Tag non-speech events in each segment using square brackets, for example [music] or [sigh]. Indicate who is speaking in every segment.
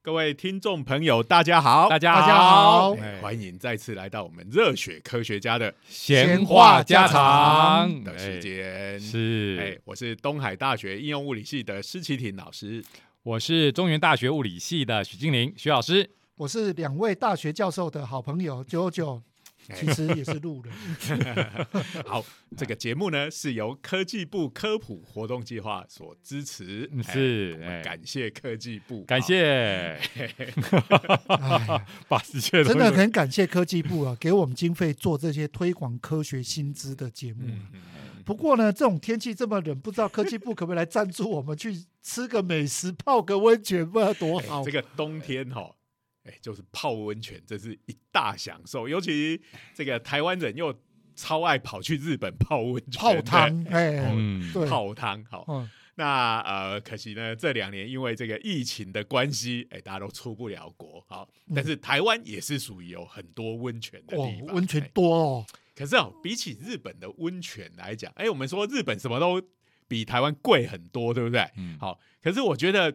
Speaker 1: 各位听众朋友，大家好，
Speaker 2: 大家
Speaker 3: 大家好
Speaker 1: 哎
Speaker 2: 哎
Speaker 1: 欢迎再次来到我们热血科学家的
Speaker 2: 闲话家常
Speaker 1: 的时间。
Speaker 2: 嗯哎
Speaker 1: 哎
Speaker 2: 是，，
Speaker 1: 我是东海大学应用物理系的施启廷老
Speaker 2: [laughs]
Speaker 1: 师。
Speaker 2: 我是中原大学物理系的许金玲许老师，
Speaker 3: 我是两位大学教授的好朋友九九，
Speaker 1: 哎
Speaker 3: 其实也是路
Speaker 1: [laughs]
Speaker 3: 人。
Speaker 1: 好，这个节目呢是由科技部科普活动计划所支持，
Speaker 2: 嗯
Speaker 1: 哎
Speaker 2: 是
Speaker 1: 我们
Speaker 2: 哎
Speaker 1: 感谢科技部，[laughs]
Speaker 2: 感谢，
Speaker 3: 哎呀
Speaker 2: 把一切都
Speaker 3: 真的很感谢科技部啊，给我们经费做这些推广科学新知的节目
Speaker 2: 嗯
Speaker 1: 嗯
Speaker 3: 啊。不过呢，这种天气这么冷，不知道科技部可不可以来赞助我们去吃个美食、泡个温泉，不知道多
Speaker 2: 嗯
Speaker 1: 好。
Speaker 3: 好。
Speaker 1: 哎这个冬天哈、哎，就是泡温泉，这是一大享受，尤其这个台湾人又超爱跑去日本泡温泉、
Speaker 3: 泡汤，哎，
Speaker 2: 嗯，
Speaker 3: 对，
Speaker 1: 泡汤好。
Speaker 3: 嗯，
Speaker 1: 那呃，可惜呢，这两年因为这个疫情的关系，哎，大家都出不了国。好，但是台湾也是属于有很多温泉的
Speaker 3: 嗯哦
Speaker 1: 地，方，
Speaker 3: 温泉
Speaker 1: 哎
Speaker 3: 多哦，
Speaker 1: 可是哦，比起日本的温泉来讲，哎，我们说日本什么都比台湾贵很多，对不对？
Speaker 2: 嗯
Speaker 1: 好，可是我觉得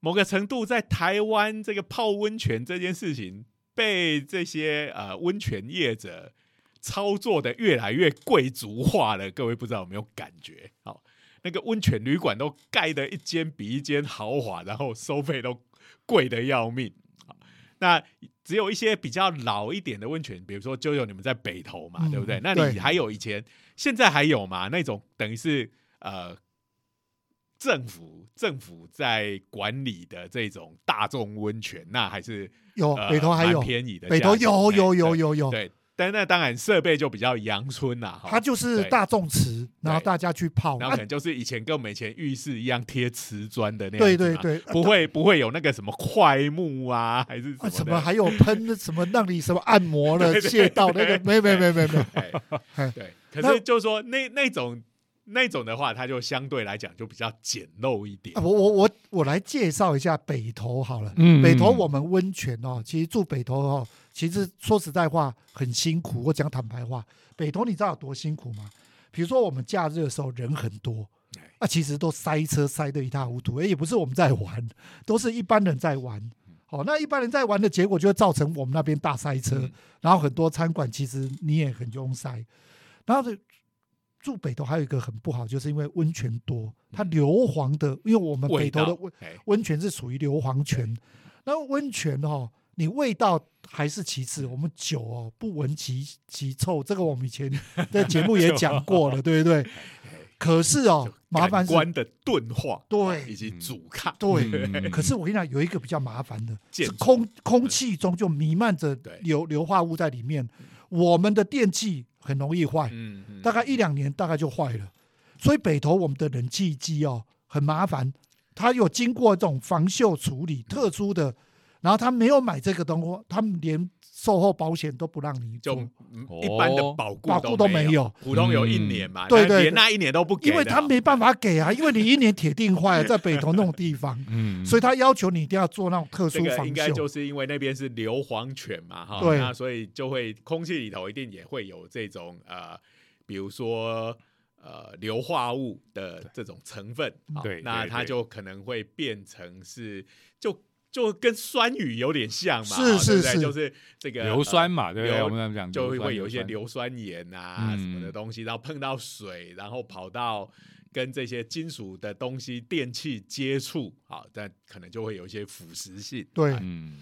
Speaker 1: 某个程度在台湾这个泡温泉这件事情被这些呃温泉业者操作的越来越贵族化了，各位不知道有没有感觉？好，那个温泉旅馆都盖的一间比一间豪华，然后收费都贵的要命。好那只有一些比较老一点的温泉，比如说舅舅你们在北投嘛，
Speaker 3: 嗯
Speaker 1: 对不对？那
Speaker 3: 对
Speaker 1: 你还有以前，现在还有嘛？那种等于是呃政府政府在管理的这种大众温泉，那还是
Speaker 3: 有
Speaker 1: 呃
Speaker 3: 哦北投还
Speaker 1: 蛮
Speaker 3: 有，
Speaker 1: 便宜的价
Speaker 3: 北
Speaker 1: 钱，
Speaker 3: 投有
Speaker 1: 哎
Speaker 3: 有有
Speaker 1: 对
Speaker 3: 有有，
Speaker 1: 对，但那当然设备就比较阳春啦、哈
Speaker 3: 它就是
Speaker 1: 对
Speaker 3: 大众池，然后大家去泡，
Speaker 1: 然后
Speaker 3: 啊
Speaker 1: 可能就是以前跟我们以前浴室一样贴瓷砖的那样
Speaker 3: 对
Speaker 1: 子
Speaker 3: 对
Speaker 1: 嘛，
Speaker 3: 对，啊
Speaker 1: 不会不会有那个什么块木啊，还是什
Speaker 3: 啊，
Speaker 1: 么
Speaker 3: 什
Speaker 1: 的
Speaker 3: 么还有喷什么让你什么按摩了、
Speaker 1: 对对
Speaker 3: 穴道那
Speaker 1: 对 [laughs]
Speaker 3: 个？没没没没没，
Speaker 1: 哎
Speaker 3: 哎
Speaker 1: 对，可
Speaker 3: 那
Speaker 1: 是就是说那那种那种的话，它就相对来讲就比较简陋一点
Speaker 3: 啊。我我我我来介绍一下北投好了。
Speaker 2: 嗯
Speaker 3: 北投我们温泉哦，其实住北投哦，其实说实在话很辛苦。我讲坦白话，北投你知道有多辛苦吗？比如说我们假日的时候人很多
Speaker 1: 哎，
Speaker 3: 啊，其实都塞车塞得一塌糊涂。哎，也不是我们在玩，都是一般人在玩。哦，那一般人在玩的结果就会造成我们那边大塞车，
Speaker 1: 嗯
Speaker 3: 然后很多餐馆其实你也很拥塞。然后这住北投还有一个很不好，就是因为温泉多，它硫磺的，因为我们
Speaker 1: 嗯味
Speaker 3: 北投的
Speaker 1: 道
Speaker 3: 温
Speaker 1: 哎
Speaker 3: 温泉是属于硫磺泉，那温泉哦，你味道还是其次，我们酒哦不闻其其臭，这个我们以前在节目也讲
Speaker 1: [laughs]
Speaker 3: 过了，对不对？可是哦，麻烦
Speaker 1: 感
Speaker 3: 是，
Speaker 1: 官的钝化，
Speaker 3: 对
Speaker 1: 以及阻抗，
Speaker 3: 对。
Speaker 2: 嗯
Speaker 3: 可是我跟你讲，有一个比较麻烦的，
Speaker 1: 建
Speaker 3: 是
Speaker 1: 筑
Speaker 3: 空空气中就弥漫着
Speaker 1: 对
Speaker 3: 硫硫化物在里面，我们的电器很容易坏，
Speaker 1: 嗯，嗯
Speaker 3: 大概一两年大概就坏了。所以北投我们的冷气机哦很麻烦，它有经过这种防锈处
Speaker 1: 嗯
Speaker 3: 理特殊的，然后他没有买这个东西，他们连售后保险都不让你
Speaker 1: 就
Speaker 3: 做，
Speaker 1: 嗯
Speaker 2: 哦
Speaker 1: 一般的保固
Speaker 3: 保固都
Speaker 1: 没
Speaker 3: 没有
Speaker 1: 普通有一年嘛，
Speaker 3: 嗯对
Speaker 1: 但
Speaker 3: 对
Speaker 1: 连
Speaker 3: 对
Speaker 1: 那一年都不给
Speaker 3: 因
Speaker 1: 的啊，
Speaker 3: 为他没办法给啊，因为你一年铁定
Speaker 1: [laughs]
Speaker 3: 坏、啊、在北投那种地方，
Speaker 2: 嗯
Speaker 3: 所以他要求你一定要做那种特
Speaker 1: 这
Speaker 3: 殊
Speaker 1: 个
Speaker 3: 防
Speaker 1: 应该就
Speaker 3: 锈。
Speaker 1: 是因为那边是硫磺泉嘛，哈，
Speaker 3: 对
Speaker 1: 那所以就会空气里头一定也会有这种呃，比如说呃硫化物的这种成分，
Speaker 3: 嗯
Speaker 1: 好
Speaker 2: 对
Speaker 1: 那
Speaker 2: 对
Speaker 1: 它
Speaker 2: 对
Speaker 1: 就可能会变成是就就跟酸雨有点像嘛，
Speaker 3: 是
Speaker 1: 哈对不
Speaker 3: 是
Speaker 1: 对
Speaker 3: 是
Speaker 1: 就是这个
Speaker 2: 硫酸。嘛，对不对？
Speaker 1: 硫
Speaker 2: 我们这样讲
Speaker 1: 呃就会
Speaker 2: 酸
Speaker 1: 会有一些
Speaker 2: 酸
Speaker 1: 硫酸盐啊
Speaker 2: 嗯
Speaker 1: 什么的东西，然后碰到水，然后跑到跟这些金属的东西、电器接触，好，但可能就会有一些腐蚀性。啊
Speaker 3: 对
Speaker 2: 嗯，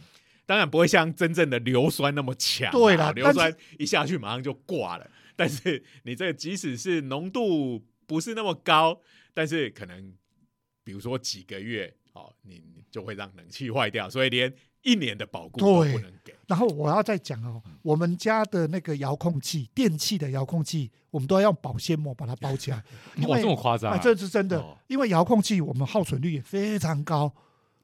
Speaker 1: 当然不会像真正的硫酸那么强啊，
Speaker 3: 对啦
Speaker 1: 硫酸一下去马上就挂了。但是你这个即使是浓度不是那么高，但是可能比如说几个月，哦，你你就会让冷气坏掉，所以连一年的保固都
Speaker 3: 对
Speaker 1: 不能给。
Speaker 3: 然后我要再讲哦，我们家的那个遥控器，电器的遥控器，我们都要用保鲜膜把它包起来，因
Speaker 2: 哇，这么
Speaker 3: 为
Speaker 2: 夸张
Speaker 3: 啊，
Speaker 2: 啊，
Speaker 3: 这是真的
Speaker 2: 哦，
Speaker 3: 因为遥控器我们耗损率也非常高，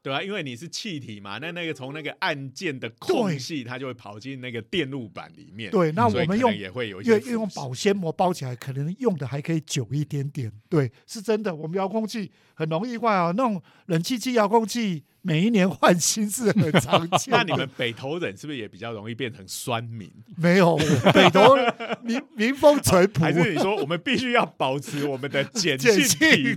Speaker 1: 对啊，因为你是气体嘛，那那个从那个按键的空隙，它就会跑进那个电路板里面。
Speaker 3: 对那
Speaker 1: 所以
Speaker 3: 我们
Speaker 1: 可能
Speaker 3: 用
Speaker 1: 也会有一
Speaker 3: 因
Speaker 1: 些
Speaker 3: 为用
Speaker 1: 腐蚀
Speaker 3: 保鲜膜包起来，可能用的还可以久一哦点点。对，是真的。我们遥控器很容易坏啊，那种冷气机遥控器，每一年换新是很常见的。
Speaker 1: [laughs] 那你们北投人是不是也比较容易变成酸民？
Speaker 3: 没有我北投民民风淳朴，
Speaker 1: 还是你说我们必须要保持我们的
Speaker 3: [laughs]
Speaker 1: 碱性
Speaker 3: 碱
Speaker 1: 体
Speaker 3: 性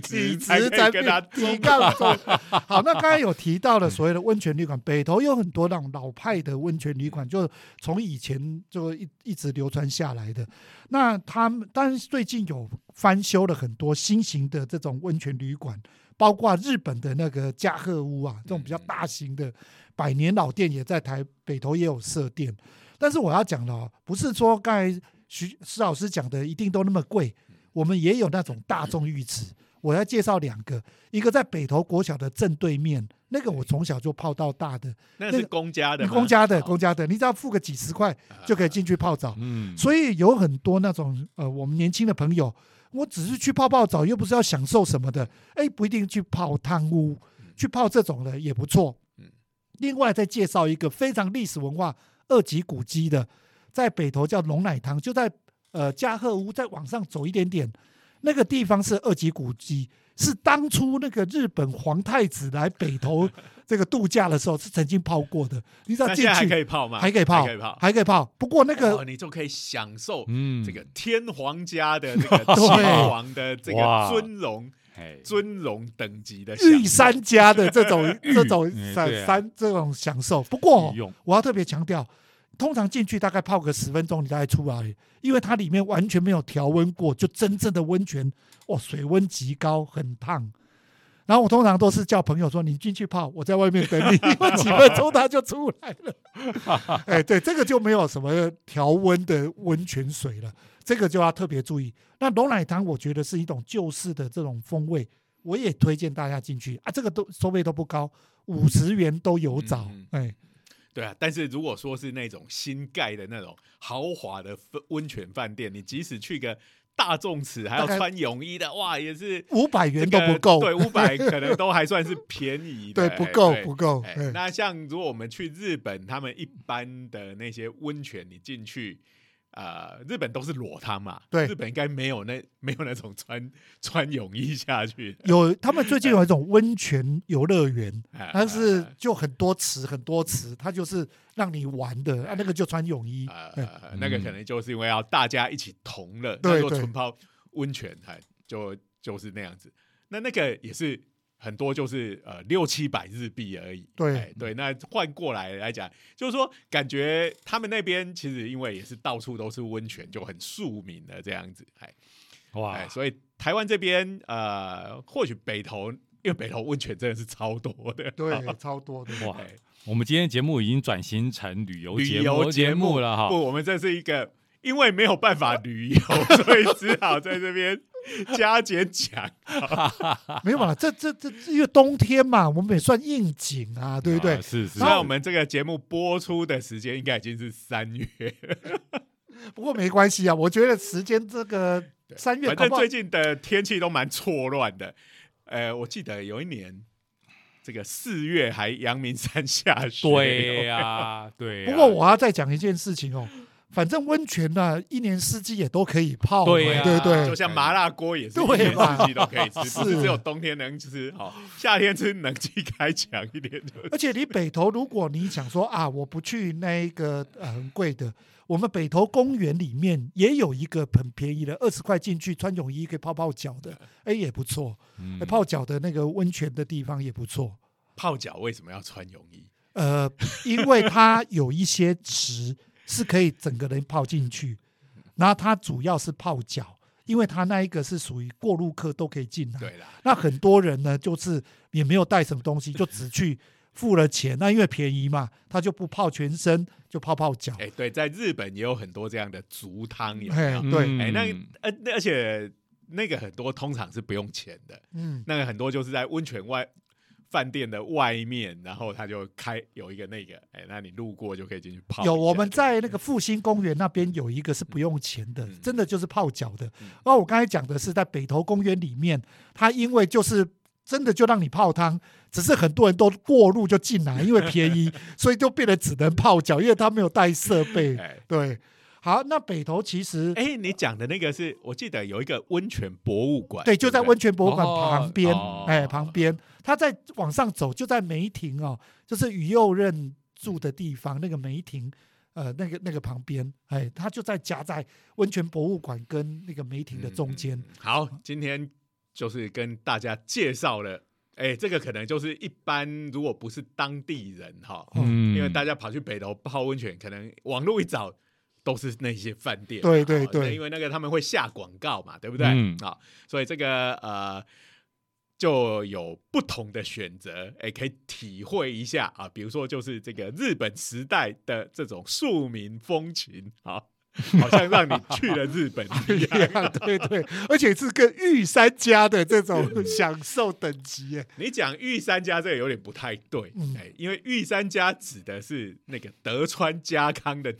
Speaker 1: 质，
Speaker 3: 体
Speaker 1: 才
Speaker 3: 质
Speaker 1: 可以
Speaker 3: 才
Speaker 1: 跟他
Speaker 3: 抵 [laughs] 抗住。好，那刚才有提到了所谓的温泉旅馆，北投有很多那种老派的温泉旅馆，就从以前就一一直流传下来的。那他们，但是最近有翻修了很多新型的这种温泉旅馆，包括日本的那个加贺屋啊，这种
Speaker 1: 嗯
Speaker 3: 比较大型的百年老店也在台北投也有设店。但是我要讲的哦，不是说刚才徐施老师讲的一定都那么贵，我们也有那种大众浴池。我要介绍两个，一个在北投国小的正对面，那个我从小就泡到大的，
Speaker 1: 那
Speaker 3: 那
Speaker 1: 是
Speaker 3: 个
Speaker 1: 公家的吗，
Speaker 3: 公家的
Speaker 1: 哦
Speaker 3: 公家的，你只要付个几十块就可以进去泡澡。
Speaker 2: 嗯，
Speaker 3: 所以有很多那种呃，我们年轻的朋友，我只是去泡泡澡，又不是要享受什么的，哎，不一定去泡汤屋，去泡这种的也不错
Speaker 1: 嗯。
Speaker 3: 另外再介绍一个非常历史文化二级古迹的，在北投叫龙奶堂，就在呃嘉禾屋再往上走一点点，那个地方是二级古迹，是当初那个日本皇太子来北投 [laughs] 这个度假的时候是曾经泡过的，你知道
Speaker 1: 那
Speaker 3: 进
Speaker 1: 现在还可
Speaker 3: 去
Speaker 1: 以泡吗？
Speaker 3: 还可以泡，
Speaker 1: 还可以泡。
Speaker 3: 还可以泡。不过那个
Speaker 1: 哦，你就可以享受
Speaker 2: 嗯
Speaker 1: 这个天皇家的
Speaker 3: [laughs]
Speaker 1: 这个亲王的这个
Speaker 2: 哇
Speaker 1: 尊荣、
Speaker 2: 嘿
Speaker 1: 尊荣等级的享
Speaker 3: 御
Speaker 1: 受
Speaker 3: 三家的这
Speaker 2: [laughs]
Speaker 3: 种这种
Speaker 2: 嗯对
Speaker 3: 三
Speaker 2: 啊
Speaker 3: 三这种享受。不过
Speaker 2: 御用
Speaker 3: 我要特别强调，通常进去大概泡个十分钟，你大概出来，因为它里面完全没有调温过，就真正的温泉，哇，水温极高，很
Speaker 2: [laughs]
Speaker 3: 烫。然后我通常都是叫朋友说：“你进去泡，我在外面等
Speaker 2: [laughs]
Speaker 3: 你。”因为几分钟他就出来了。哎，对，这个就没有什么调温的温泉水了，这个就要特别注意。那龙奶汤我觉得是一种旧式的这种风味，我也推荐大家进去啊。这个都收费都不高，五十元都有找。
Speaker 1: 嗯
Speaker 3: 哎，
Speaker 1: 对啊，但是如果说是那种新盖的那种豪华的温温泉饭店，你即使去个大众池，还要
Speaker 3: 大概
Speaker 1: 穿泳衣的，哇，也是
Speaker 3: 五百元
Speaker 1: 这
Speaker 3: 都
Speaker 1: 个
Speaker 3: 不够，
Speaker 1: 对，五百可能都还算是便宜的，
Speaker 3: [laughs] 对不够
Speaker 1: 哎
Speaker 3: 不够。
Speaker 1: 哎
Speaker 3: 哎
Speaker 1: 那像如果我们去日本，他们一般的那些温泉，你进去，呃，日本都是裸汤嘛，
Speaker 3: 对
Speaker 1: 日本应该没有那没有那种穿穿泳衣下去的，
Speaker 3: 有他们最近有一种温泉游乐
Speaker 1: [laughs]
Speaker 3: 园，
Speaker 1: 哎
Speaker 3: 但是就很多池很多池，它就是让你玩的
Speaker 1: [laughs]
Speaker 3: 啊，那个就穿泳衣。哎
Speaker 1: 呃，那个可能就是因为要大家一起同乐，
Speaker 3: 对
Speaker 1: 那如果
Speaker 3: 对
Speaker 1: 纯泡温泉，哎，就就是那样子。那那个也是很多，就是呃六七百日币而已。
Speaker 3: 对
Speaker 1: 哎对，那换过来来讲，就是说感觉他们那边其实因为也是到处都是温泉，就很庶民的这样子，哎
Speaker 2: 哇
Speaker 1: 哎，，所以台湾这边呃，或许北投，因为北投温泉真的是超多的，
Speaker 3: 对，超多的。
Speaker 2: 哇
Speaker 1: [laughs] 哎
Speaker 2: 我们今天节目已经转型成旅游
Speaker 1: 旅
Speaker 2: 节
Speaker 1: 游
Speaker 2: 目
Speaker 1: 节
Speaker 2: 目了哈。
Speaker 1: 不，我们这是一个，因为没有办法旅游， [laughs] 所以只好在这边加减讲。
Speaker 3: 没有嘛，这这这，这因为冬天嘛，我们也算应景
Speaker 1: [laughs]
Speaker 3: 啊，对不对
Speaker 2: 啊？是是，
Speaker 1: 虽然我
Speaker 2: 是
Speaker 1: 们这个节目播出的时间应该已经是三
Speaker 2: [laughs]
Speaker 1: 月，
Speaker 3: 不过没关系啊，我觉得时间这个
Speaker 1: 对
Speaker 3: 三月
Speaker 1: 反
Speaker 3: 搞
Speaker 1: 正
Speaker 3: 不好
Speaker 1: 最近的天气都蛮错乱的。呃，我记得有一年，这个四月还阳明山下雪，
Speaker 2: 对呀，对
Speaker 1: 啊
Speaker 2: 啊呀。
Speaker 3: 不过我要再讲一件事情哦，反正温泉呢、一年四季也都可以泡嘛，
Speaker 2: 对呀
Speaker 3: 对不
Speaker 1: 就
Speaker 3: 对？
Speaker 1: 像麻辣锅也
Speaker 3: [laughs]
Speaker 1: 是一
Speaker 3: 对
Speaker 1: 年
Speaker 3: 嘛
Speaker 1: 四季都可以吃，不是
Speaker 3: 是
Speaker 1: 只有冬天能吃，好、夏天吃冷气开强一点就
Speaker 3: 而且你北投，如果你想说啊，我不去那一个呃很贵的，我们北投公园里面也有一个很便宜的，二十块进去穿泳衣可以泡泡脚的，哎也不错，
Speaker 2: 嗯
Speaker 3: 哎泡脚的那个温泉的地方也不错。
Speaker 1: 泡脚为什么要穿泳衣？
Speaker 3: 呃，因为它有一些池是可以整个人泡进去，然后它主要是泡脚，因为它那一个是属于过路客都可以进来。
Speaker 1: 对啦，
Speaker 3: 那很多人呢，就是也没有带什么东西，就只去付了钱。那因为便宜嘛，他就不泡全身，就泡泡脚。
Speaker 1: 哎、对，在日本也有很多这样的足汤，有没
Speaker 3: 哎
Speaker 1: 有？
Speaker 3: 对
Speaker 1: 哎、那
Speaker 2: 嗯
Speaker 1: 呃，那而且那个很多通常是不用钱的，
Speaker 3: 嗯，
Speaker 1: 那个很多就是在温泉外饭店的外面，然后他就开有一个那个，哎、那你路过就可以进去泡一下。
Speaker 3: 有我们在那
Speaker 1: 嗯
Speaker 3: 个复兴公园那边有一个是不用钱的，真的就是泡脚的。
Speaker 1: 嗯
Speaker 3: 那我刚才讲的是在北投公园里面，它因为就是真的就让你泡汤，只是很多人都过路
Speaker 1: [laughs]
Speaker 3: 就进来，因为便宜，所以就变得只能泡脚，因为它没有带设备
Speaker 1: 哎。
Speaker 3: 对，好，那北投其实
Speaker 1: 哎、你讲的那个是我记得有一个温泉博物馆，
Speaker 3: 对，就
Speaker 1: 哎不
Speaker 3: 在温泉博物馆
Speaker 2: 哦
Speaker 3: 旁边，
Speaker 2: 哦
Speaker 3: 哎，旁边，他在往上走，就在梅亭哦，就是于右任住的地方，那个梅亭，呃，那个那个旁边，哎，他就在夹在温泉博物馆跟那个梅亭的中间
Speaker 1: 嗯。好，今天就是跟大家介绍了，哎、这个可能就是一般如果不是当地人哈，
Speaker 2: 嗯
Speaker 1: 哦因为大家跑去北头泡温泉，可能网络一找都是那些饭店嘛，
Speaker 3: 对对
Speaker 1: 哦
Speaker 3: 对
Speaker 1: 那因为那个他们会下广告嘛，对不对？啊、
Speaker 2: 嗯
Speaker 1: 所以这个呃。就有不同的选择，哎，可以体会一下啊，比如说就是这个日本时代的这种庶民风情啊，好像让你去了日本一样。
Speaker 3: [laughs] 对对，而且是跟御三家的这种享受等级耶，
Speaker 1: 你讲御三家这个有点不太对，哎、
Speaker 3: 嗯
Speaker 1: 因为御三家指的是那个德川家康的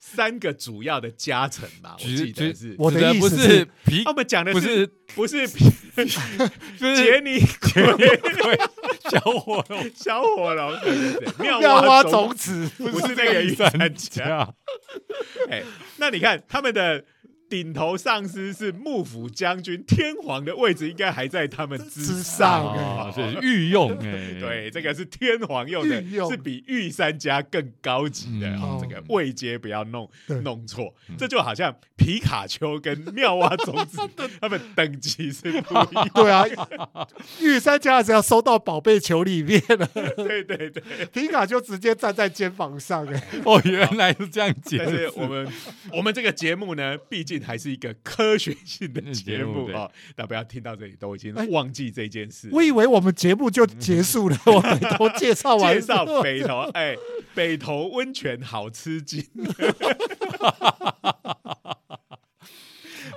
Speaker 1: 三个主要的家臣嘛，我
Speaker 2: 只
Speaker 1: 记得
Speaker 2: 只
Speaker 1: 是。
Speaker 3: 我的
Speaker 2: 指
Speaker 3: 意
Speaker 2: 不
Speaker 3: 思
Speaker 2: 是
Speaker 3: 是
Speaker 2: 皮
Speaker 1: 啊，我们讲的
Speaker 2: 不
Speaker 1: 是
Speaker 2: 是
Speaker 1: 不是
Speaker 2: 不
Speaker 1: [laughs] 杰
Speaker 2: 是
Speaker 1: 尼鬼 [laughs]
Speaker 2: 小火龙
Speaker 1: 小火龙，对对对，妙
Speaker 3: 妙蛙
Speaker 1: 种
Speaker 3: 种子，
Speaker 1: 不是那个御三家。
Speaker 2: 家，
Speaker 1: 哎、那你看他们的顶头上司是幕府将军天皇的位置，应该还在他们之上
Speaker 3: 之上
Speaker 1: 哦
Speaker 2: 哦，是御用
Speaker 1: [laughs]
Speaker 2: 哎，
Speaker 1: 对，这个是天皇用的
Speaker 3: 御，用
Speaker 1: 是比御三家更高级的
Speaker 2: 嗯
Speaker 1: 哦
Speaker 3: 哦。
Speaker 1: 这个位阶不要弄
Speaker 3: 对
Speaker 1: 弄错，这就好像皮卡丘跟妙蛙种
Speaker 3: [laughs]
Speaker 1: 子他们等级是不一样。
Speaker 3: 对啊，御三家只要收到宝贝球里面了，
Speaker 1: 对对对，
Speaker 3: 皮卡就直接站在肩膀上哎。
Speaker 2: 哦，原来是这样解
Speaker 1: 但是
Speaker 2: 释。哦
Speaker 1: 我们我们这个节目呢，毕竟还是一个科学性的节目
Speaker 2: 嗯节目对
Speaker 1: 啊，大家不要听到这里都已经
Speaker 3: 哎
Speaker 1: 忘记这件事。
Speaker 3: 我以为我们节目就结束了，我们都介绍完
Speaker 1: 介
Speaker 3: 了，
Speaker 1: 绍北投，哎，北投温泉好吃惊，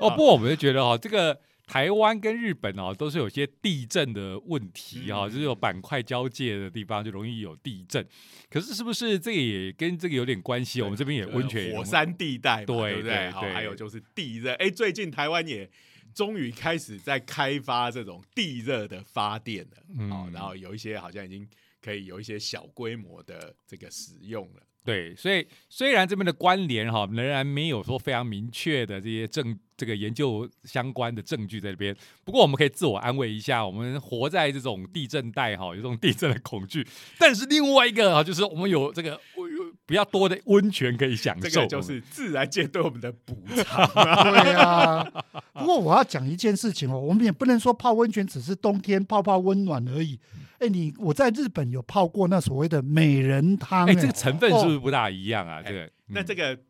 Speaker 2: 哦，不过我们就觉得哈、这个台湾跟日本哦，都是有些地震的问题哈、
Speaker 1: 嗯
Speaker 2: 就是有板块交界的地方就容易有地震。可是是不是这个也跟这个有点关系？我们这边也温泉也
Speaker 1: 呃火山地带嘛，
Speaker 2: 对
Speaker 1: 对不
Speaker 2: 对
Speaker 1: 好
Speaker 2: 对
Speaker 1: 还有就是地热，哎，最近台湾也终于开始在开发这种地热的发电了，
Speaker 2: 嗯
Speaker 1: 哦，然后有一些好像已经可以有一些小规模的这个使用了。
Speaker 2: 对，所以虽然这边的关联哈、仍然没有说非常明确的这些证这个研究相关的证据在这边，不过我们可以自我安慰一下，我们活在这种地震带哈、有这种地震的恐惧，但是另外一个啊，就是我们有这个我有比较多的温泉可以享嗯受，
Speaker 1: 这个就是自然界对我们的补
Speaker 2: [laughs]
Speaker 1: 偿。
Speaker 3: 对啊。不过我要讲一件事情哦，我们也不能说泡温泉只是冬天泡泡温暖而已。哎，你我在日本有泡过那所谓的美人汤，
Speaker 2: 哎、这个成分是不是
Speaker 3: 哦
Speaker 2: 不大一样啊？这个、
Speaker 1: 哎那这
Speaker 2: 个
Speaker 1: 个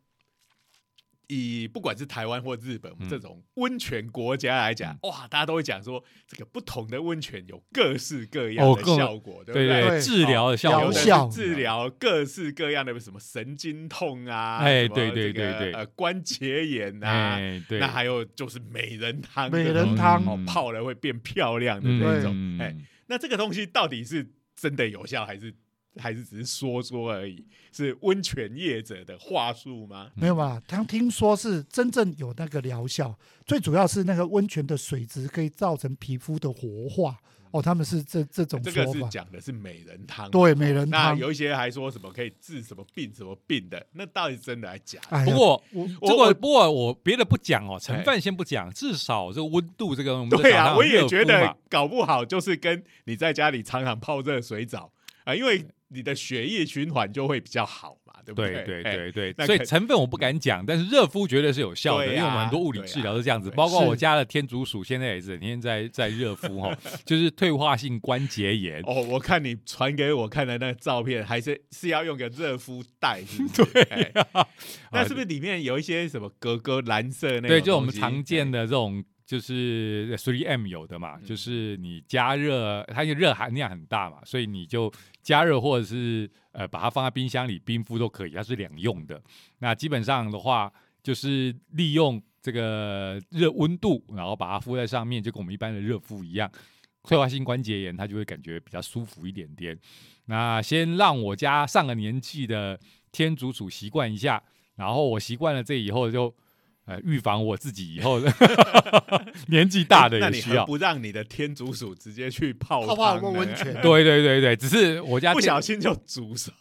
Speaker 1: 以不管是台湾或日本
Speaker 2: 嗯
Speaker 1: 这种温泉国家来讲，哇，大家都会讲说这个不同的温泉有各式各样
Speaker 2: 哦
Speaker 1: 的
Speaker 2: 各
Speaker 1: 效果，对不
Speaker 2: 对
Speaker 3: 对
Speaker 2: 治疗的效
Speaker 1: 有
Speaker 2: 果
Speaker 1: 的
Speaker 3: 疗
Speaker 1: 是
Speaker 3: 效
Speaker 1: 治疗各式各样的什么神经痛啊，
Speaker 2: 哎
Speaker 1: 什么
Speaker 2: 对对
Speaker 1: 这个
Speaker 2: 对对
Speaker 1: 呃，关节炎啊，
Speaker 2: 哎、对，
Speaker 1: 那还有就是美人汤这
Speaker 3: 美
Speaker 1: 种，
Speaker 3: 人汤
Speaker 1: 哦泡了会变漂亮的那
Speaker 3: 对
Speaker 1: 种，哎，
Speaker 2: 嗯
Speaker 1: 那这个东西到底是真的有效，还是还是只是说说而已？是温泉业者的话术吗？
Speaker 3: 没有吧？他听说是真正有那个疗效，最主要是那个温泉的水质可以造成皮肤的活化。哦，他们是这这种
Speaker 1: 这
Speaker 3: 说
Speaker 1: 个是
Speaker 3: 法。
Speaker 1: 讲的是美人汤，。哦
Speaker 3: 对，美人
Speaker 1: 那
Speaker 3: 汤。
Speaker 1: 有一些还说什么可以治什么病什么病的，那到底真的还假的？
Speaker 3: 哎呀
Speaker 2: 不过
Speaker 3: 我
Speaker 2: [laughs] 这
Speaker 1: 我
Speaker 2: 个不过我别的不讲哦，成分先不讲，至少这个温度这个我们
Speaker 1: 对
Speaker 2: 呀、
Speaker 1: 啊，我也觉得搞不好就是跟你在家里常常泡热水澡啊、因为你的血液循环就会比较好嘛，对不
Speaker 2: 对
Speaker 1: 对
Speaker 2: 对
Speaker 1: 哎
Speaker 2: 对对，
Speaker 1: 那
Speaker 2: 所以
Speaker 1: 可
Speaker 2: 成分我不敢讲，但是热敷绝对是有效的，
Speaker 1: 对啊
Speaker 2: 因为我们很多物理治疗是这样子，
Speaker 1: 对啊
Speaker 2: 包括
Speaker 3: 是
Speaker 2: 我家的天竺鼠现在也是整天在在热敷 [laughs] 哈，就是退化性关节炎。
Speaker 1: 哦，我看你传给我看的那个照片，还是是要用个热敷袋，是不
Speaker 2: [laughs]
Speaker 1: 是对、
Speaker 2: 啊
Speaker 1: 哎那是不是里面有一些什么格格蓝色那种东西？
Speaker 2: 对，就我们常见
Speaker 1: 的
Speaker 2: 的这种，就是 three M 有的嘛，
Speaker 1: 嗯
Speaker 2: 就是你加热，它因为热含量很大嘛，所以你就加热或者是呃把它放在冰箱里冰敷都可以，它是两用的。那基本上的话，就是利用这个热温度，然后把它敷在上面，就跟我们一般的热敷一样。退化性关节炎，它就会感觉比较舒服一点点。那先让我家上个年纪的天竺鼠习惯一下，然后我习惯了这以后就，呃，预防我自己以后
Speaker 1: [laughs]
Speaker 2: 年纪大的
Speaker 1: 那
Speaker 2: 也
Speaker 1: 你
Speaker 2: 需
Speaker 1: 何
Speaker 2: 要。
Speaker 1: 不让你的天竺鼠直接去泡
Speaker 3: 泡泡
Speaker 1: 汤
Speaker 3: 温
Speaker 1: 呢
Speaker 2: [laughs]
Speaker 3: 温，泉，
Speaker 2: 对对对对，只是我家
Speaker 1: 不
Speaker 2: 店
Speaker 1: 小心就煮熟，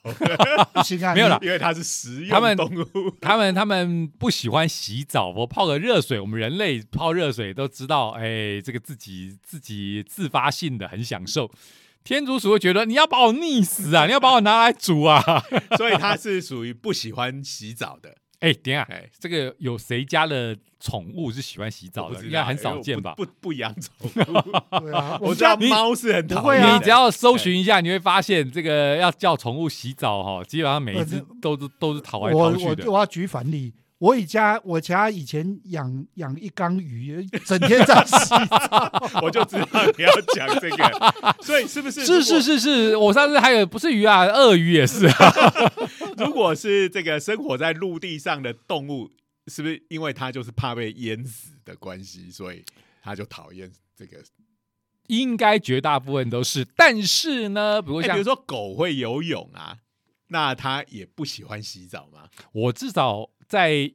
Speaker 3: 不行啊，
Speaker 2: 没有啦
Speaker 1: 因为它是食
Speaker 2: 他们
Speaker 1: 用动物。
Speaker 2: 他们他们不喜欢洗澡，我泡个热水，我们人类泡热水都知道，哎，这个自己自己自发性的很享受。天竺鼠会觉得你要把我溺死啊，你要把我拿来煮啊！ [laughs]
Speaker 1: 所以它是属于不喜欢洗澡的，
Speaker 2: 哎，等一下，
Speaker 1: 哎，
Speaker 2: 这个有谁家的宠物是喜欢洗澡
Speaker 1: 我
Speaker 2: 的？
Speaker 1: 不知
Speaker 2: 应该
Speaker 1: 道哎
Speaker 2: 很
Speaker 1: 因为
Speaker 2: 少
Speaker 1: 我
Speaker 2: 见
Speaker 1: 不
Speaker 2: 吧？
Speaker 1: 不不养宠物，
Speaker 2: [laughs]
Speaker 3: 你对啊，
Speaker 1: 我
Speaker 3: 们
Speaker 1: 知道
Speaker 3: 家
Speaker 2: 你
Speaker 1: 猫是很讨
Speaker 3: 不会
Speaker 1: 厌
Speaker 3: 啊
Speaker 1: 的，
Speaker 2: 你只要搜寻一下，你会发现这个要叫宠物洗澡哈，基本上每一只都是都是逃来
Speaker 3: 我
Speaker 2: 逃去
Speaker 3: 我
Speaker 2: 的。
Speaker 3: 我要举反例。我以家我家以前养养一缸鱼，整天在
Speaker 2: [laughs]
Speaker 3: 洗，
Speaker 1: [laughs] 我就知道你要讲这个，所以是不是？
Speaker 2: 是是，是是，我上次还有不是鱼啊，鳄鱼也是 [laughs] 啊。
Speaker 1: 如果是这个生活在陆地上的动物，是不是因为它就是怕被淹死的关系，所以它就讨厌这个？
Speaker 2: 应该绝大部分都是，但是呢，比如
Speaker 1: 哎
Speaker 2: 像
Speaker 1: 比如说狗会游泳啊，那它也不喜欢洗澡吗？
Speaker 2: 我至少在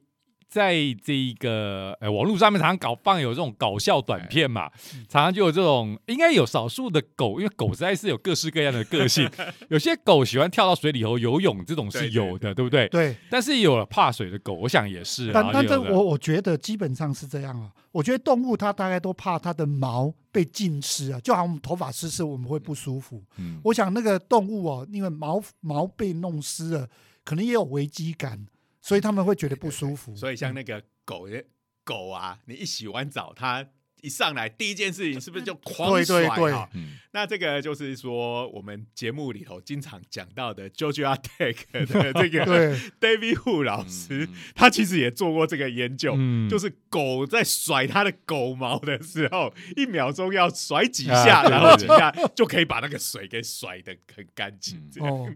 Speaker 2: 在这一个呃网络上面常常搞放有这种搞笑短片
Speaker 1: 哎
Speaker 2: 嘛，常常就有这种，应该有少数的狗，因为狗实在是有各式各样的
Speaker 1: [laughs]
Speaker 2: 个性，有些狗喜欢跳到水里头游泳，这种是
Speaker 1: 对对
Speaker 2: 有的，对不对？
Speaker 3: 对，
Speaker 2: 但是也有怕水的狗，我想也是啊
Speaker 3: 但。但
Speaker 2: 有
Speaker 3: 这
Speaker 2: 的
Speaker 3: 我我觉得基本上是这样啊。我觉得动物它大概都怕它的毛被浸湿啊，就好像我们头发湿湿，我们会不舒服。
Speaker 2: 嗯
Speaker 3: 我想那个动物哦，因为毛毛被弄湿了，可能也有危机感，所以他们会觉得不舒服。
Speaker 1: 所以
Speaker 2: 嗯
Speaker 1: 像那个狗的狗啊，你一洗完澡，它一上来第一件事情是不是就狂
Speaker 3: 对对
Speaker 1: 甩
Speaker 3: 对
Speaker 1: 啊？
Speaker 2: 嗯
Speaker 1: 那这个就是说，我们节目里头经常讲到的 Georgia Tech 的这个
Speaker 3: 对
Speaker 1: David Hu 老师，他其实也做过这个研究，
Speaker 2: 嗯
Speaker 1: 就是狗在甩它的狗毛的时候，一秒钟要甩几
Speaker 2: 啊
Speaker 1: 下，
Speaker 2: 对
Speaker 1: 然后几
Speaker 2: 对
Speaker 1: 下就可以把那个水给甩得很干净
Speaker 2: 嗯。
Speaker 1: 这样
Speaker 3: 哦，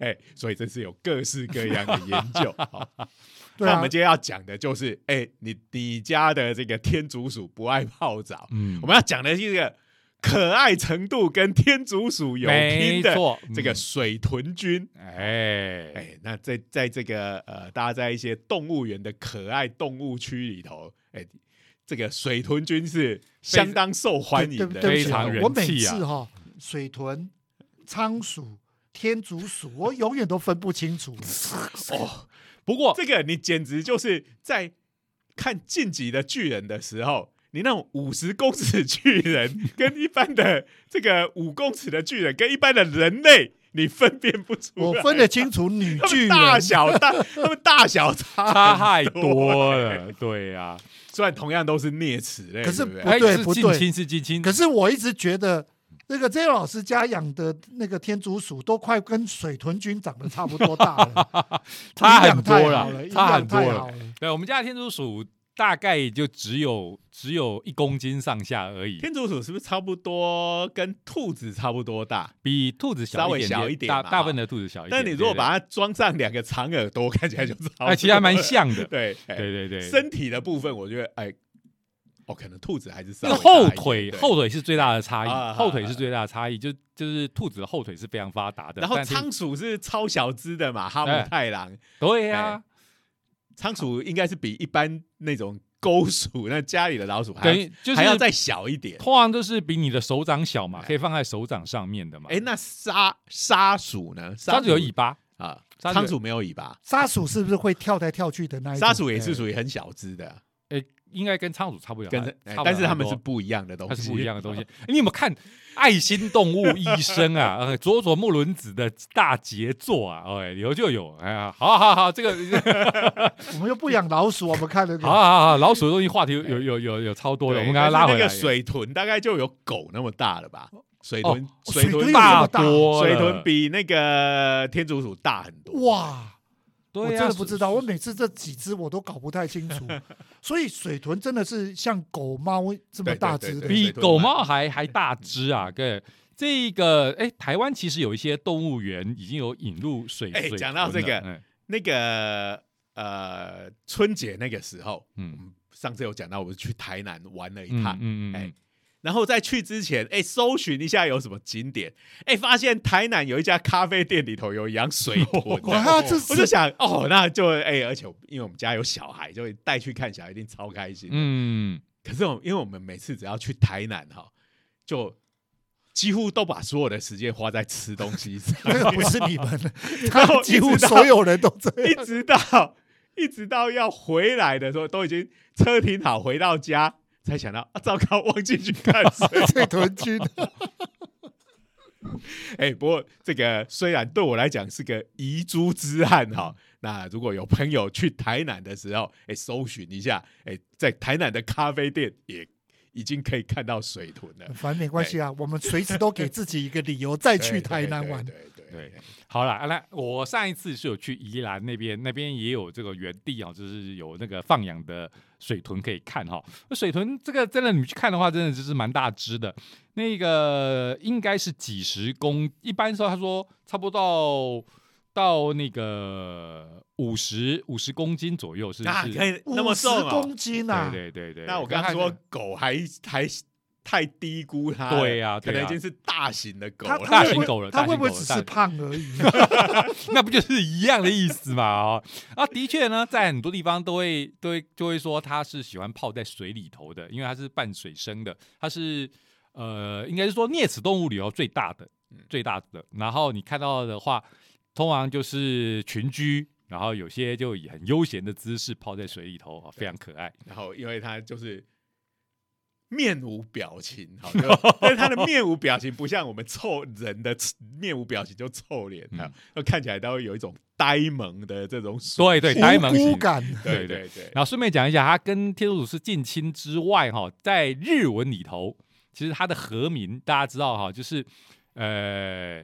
Speaker 2: [laughs]
Speaker 1: 哎、所以这是有各式各样的研究。好
Speaker 3: 对
Speaker 1: 那我
Speaker 3: 啊
Speaker 1: 们，今天要讲的就是，哎、你你家的这个天竺鼠不爱泡澡，
Speaker 2: 嗯
Speaker 1: 我们要讲的是一个可爱程度跟天竺鼠有拼
Speaker 2: 没
Speaker 1: 的
Speaker 2: 错嗯
Speaker 1: 这
Speaker 3: 嗯
Speaker 1: 个水豚君。哎、
Speaker 2: 哎
Speaker 1: 那在在这个呃，大家在一些动物园的可爱动物区里头，哎、这个水豚君是相当受欢
Speaker 3: 对
Speaker 1: 迎
Speaker 3: 对
Speaker 1: 的，
Speaker 3: 对不
Speaker 2: 非
Speaker 3: 起啊
Speaker 2: 常人
Speaker 3: 我每
Speaker 2: 气啊
Speaker 3: 次哈、水豚、仓鼠、天竺鼠，我永远都分不清
Speaker 2: [laughs]
Speaker 3: 楚。
Speaker 1: 哦，
Speaker 2: 不过
Speaker 1: 这个你简直就是在看《晋级的巨人》的时候，你那种五十公尺巨人跟一般的这个五公尺的巨人跟一般的人类，你分辨不出来。
Speaker 3: [laughs] 我分得清楚女
Speaker 1: 他
Speaker 3: 巨
Speaker 1: 们大
Speaker 3: 人，
Speaker 1: 小大，他们大小差，
Speaker 2: 差太多了，对
Speaker 1: [laughs]
Speaker 2: 呀。
Speaker 1: 虽然同样都是啮齿类，
Speaker 3: 可是
Speaker 1: 对不对
Speaker 3: 不
Speaker 2: 哎，
Speaker 3: 对
Speaker 2: 是
Speaker 3: 不
Speaker 2: 近
Speaker 3: 对
Speaker 2: 亲是近亲，
Speaker 3: 可是我一直觉得。那个 Z 老师家养的那个天竺鼠都快跟水豚君长得差不多大了，
Speaker 1: [laughs]
Speaker 2: 差
Speaker 3: 营养
Speaker 2: 很多
Speaker 3: 太
Speaker 2: 了
Speaker 3: 好了，营
Speaker 2: 差
Speaker 3: 养
Speaker 2: 很多
Speaker 3: 太
Speaker 2: 了
Speaker 3: 好了。
Speaker 2: 对，我们家的天竺鼠大概也就只有只有一公斤上下
Speaker 1: [laughs]
Speaker 2: 而已，
Speaker 1: 天竺鼠是不是差不多跟兔子差不多大？
Speaker 2: 比兔子小
Speaker 1: 稍微
Speaker 2: 点
Speaker 1: 小一点
Speaker 2: 大
Speaker 1: 嘛
Speaker 2: 大部分的兔子小一点。
Speaker 1: 但你如果
Speaker 2: 对
Speaker 1: 把它装上两个长耳朵，看起来就差不
Speaker 2: 对
Speaker 1: 多。
Speaker 2: 哎，其实还蛮像的
Speaker 1: [laughs] 对，哎
Speaker 2: 对对对，
Speaker 1: 身体的部分，我觉得哎，哦，可能兔子还是稍
Speaker 2: 那
Speaker 1: 微
Speaker 2: 个
Speaker 1: 大一
Speaker 2: 后
Speaker 1: 点
Speaker 2: 腿
Speaker 1: 对
Speaker 2: 后腿是最大的差
Speaker 1: 啊
Speaker 2: 异，后腿是最大的差异，就就是兔子的后腿是非常发达的。
Speaker 1: 然后
Speaker 2: 但是哎
Speaker 1: 仓鼠是超小只的嘛，哈姆太郎，
Speaker 2: 对
Speaker 1: 哎
Speaker 2: 呀，
Speaker 1: 仓鼠应该是比一般那种沟鼠，那家里的老鼠还
Speaker 2: 等
Speaker 1: 要
Speaker 2: 于就是
Speaker 1: 还要再小一点。
Speaker 2: 通常都是比你的手掌小嘛，
Speaker 1: 哎
Speaker 2: 可以放在手掌上面的嘛。
Speaker 1: 哎，那沙沙鼠呢？
Speaker 2: 它只有尾巴，
Speaker 1: 啊，
Speaker 2: 沙哎鼠
Speaker 1: 仓鼠没有尾巴，
Speaker 3: 沙鼠是不是会跳来跳去的那一种？
Speaker 1: 沙鼠也是属于很小只的，
Speaker 2: 哎，应该跟仓鼠差不了
Speaker 1: 跟
Speaker 2: 太，
Speaker 1: 哎
Speaker 2: 差不了
Speaker 1: 但是
Speaker 2: 太
Speaker 1: 它们
Speaker 2: 多
Speaker 1: 是不一样的东
Speaker 2: 它
Speaker 1: 西，
Speaker 2: 是不一样的东西。
Speaker 1: [laughs]
Speaker 2: 诶你有没有看《爱心动物医生》啊？呃，佐佐木伦子的大杰作啊！哎，以后就有。哎呀，好好
Speaker 1: [laughs]
Speaker 2: 好，这个
Speaker 3: 哎我们又不养老鼠，我们看那
Speaker 2: 好
Speaker 3: 个。
Speaker 2: 好好，老鼠的东西话题有有有有有超多
Speaker 1: 对。
Speaker 2: 的，我们刚刚拉
Speaker 1: 但
Speaker 2: 回
Speaker 1: 是那
Speaker 2: 来。
Speaker 1: 个水豚大概就有狗那么大了吧？水豚，
Speaker 3: 哦
Speaker 1: 水
Speaker 3: 水
Speaker 1: 豚
Speaker 3: 豚有
Speaker 2: 大
Speaker 3: 这么大
Speaker 2: 多
Speaker 1: 水
Speaker 2: 了
Speaker 1: 豚比那个天竺鼠大很多。
Speaker 3: 哇，
Speaker 1: 啊
Speaker 3: 我
Speaker 2: 对
Speaker 3: 真
Speaker 2: 呀，
Speaker 3: 的不知道，我每次这几只我都搞不太清
Speaker 1: [laughs]
Speaker 3: 楚。所以水豚真的是像狗、猫这么大只
Speaker 1: 对
Speaker 3: 的，
Speaker 1: 对
Speaker 2: 比狗猫还还大只啊！各这个哎，台湾其实有一些动物园已经有引入水。
Speaker 1: 哎
Speaker 2: 水豚
Speaker 1: 讲到这个
Speaker 2: 了，哎
Speaker 1: 那个呃，春节那个时候，
Speaker 2: 嗯
Speaker 1: 嗯，上次有讲到，我们去台南玩了一
Speaker 2: 嗯
Speaker 1: 趟，
Speaker 2: 嗯嗯，
Speaker 1: 哎
Speaker 2: 嗯
Speaker 1: 然后在去之前，哎，搜寻一下有什么景点，哎，发现台南有一家咖啡店里头有养水豚
Speaker 3: 哇，这
Speaker 1: 我就是想，哦，那就哎，而且我因为我们家有小孩，就带去看小孩，一定超开心。
Speaker 2: 嗯，
Speaker 1: 可是我因为我们每次只要去台南哈，就几乎都把所有的时间花在吃东西上，
Speaker 3: 这个不是你们
Speaker 1: [laughs]
Speaker 3: 的，
Speaker 1: 然后
Speaker 3: 他几乎
Speaker 1: 一直到
Speaker 3: 所有人都这
Speaker 1: [laughs] 一
Speaker 3: 样。
Speaker 1: 直到一直到要回来的时候，都已经车停好回到家，才想到啊，糟糕，忘记去看水。 [laughs]
Speaker 3: 这屯军，
Speaker 1: [laughs] 哎、不过这个虽然对我来讲是个遗珠之憾哈、那如果有朋友去台南的时候，哎、搜寻一下，哎、在台南的咖啡店也已经可以看到水豚了。
Speaker 3: 反正没关系
Speaker 2: 哎
Speaker 3: 啊，我们随时都给自己一个理由再去台南玩。
Speaker 1: 对对对对
Speaker 2: 对好啦，啊那我上一次是有去宜兰那边，那边也有这个园地哦，就是有那个放养的水豚可以看哈、那水豚这个真的，你去看的话，真的就是蛮大只的，那个应该是几十公，一般说他说差不多到到那个五十五十公斤左右，是
Speaker 1: 对
Speaker 2: 是、
Speaker 1: 啊，可以那么
Speaker 3: 五十
Speaker 1: 瘦哦、
Speaker 3: 公斤啊！
Speaker 2: 对对对对。
Speaker 1: 那我刚刚
Speaker 2: 看
Speaker 1: 说狗还还太低估它了，
Speaker 2: 对啊
Speaker 1: 可
Speaker 2: 对
Speaker 1: 能已
Speaker 2: 啊
Speaker 1: 经是大型的狗
Speaker 3: [laughs] 他
Speaker 1: 了。
Speaker 3: 他
Speaker 2: 大
Speaker 3: 会
Speaker 2: 型
Speaker 3: 不会
Speaker 2: 狗了
Speaker 3: 他
Speaker 2: 大
Speaker 3: 会
Speaker 2: 型
Speaker 3: 不会
Speaker 2: 狗了
Speaker 3: 只
Speaker 2: 大
Speaker 3: 是
Speaker 2: 型
Speaker 3: 胖
Speaker 2: [laughs]
Speaker 3: 而已？
Speaker 2: 那不就是一样的意思嘛？哦，啊，的确呢，在很多地方都会都会就会说它是喜欢泡在水里头的，因为它是半水生的，它是呃，应该是说啮齿动物里头最大的
Speaker 1: 嗯，
Speaker 2: 最大的。然后你看到的话，通常就是群居。然后有些就以很悠闲的姿势泡在水里头，啊非常可爱。
Speaker 1: 然后因为它就是面无表情，
Speaker 2: [laughs]
Speaker 1: 好，就但是它的面无表情不像我们臭人的面无表情，就臭脸，
Speaker 2: 嗯
Speaker 1: 啊，就看起来它会有一种呆萌的这种属
Speaker 2: 对对，呆萌
Speaker 3: 无
Speaker 2: 型
Speaker 3: 辜。感，
Speaker 1: 对
Speaker 2: 对
Speaker 1: 对对，
Speaker 2: 然后顺便讲一下，它跟天竺鼠是近亲之外，哈，在日文里头，其实它的和名大家知道哈，就是呃，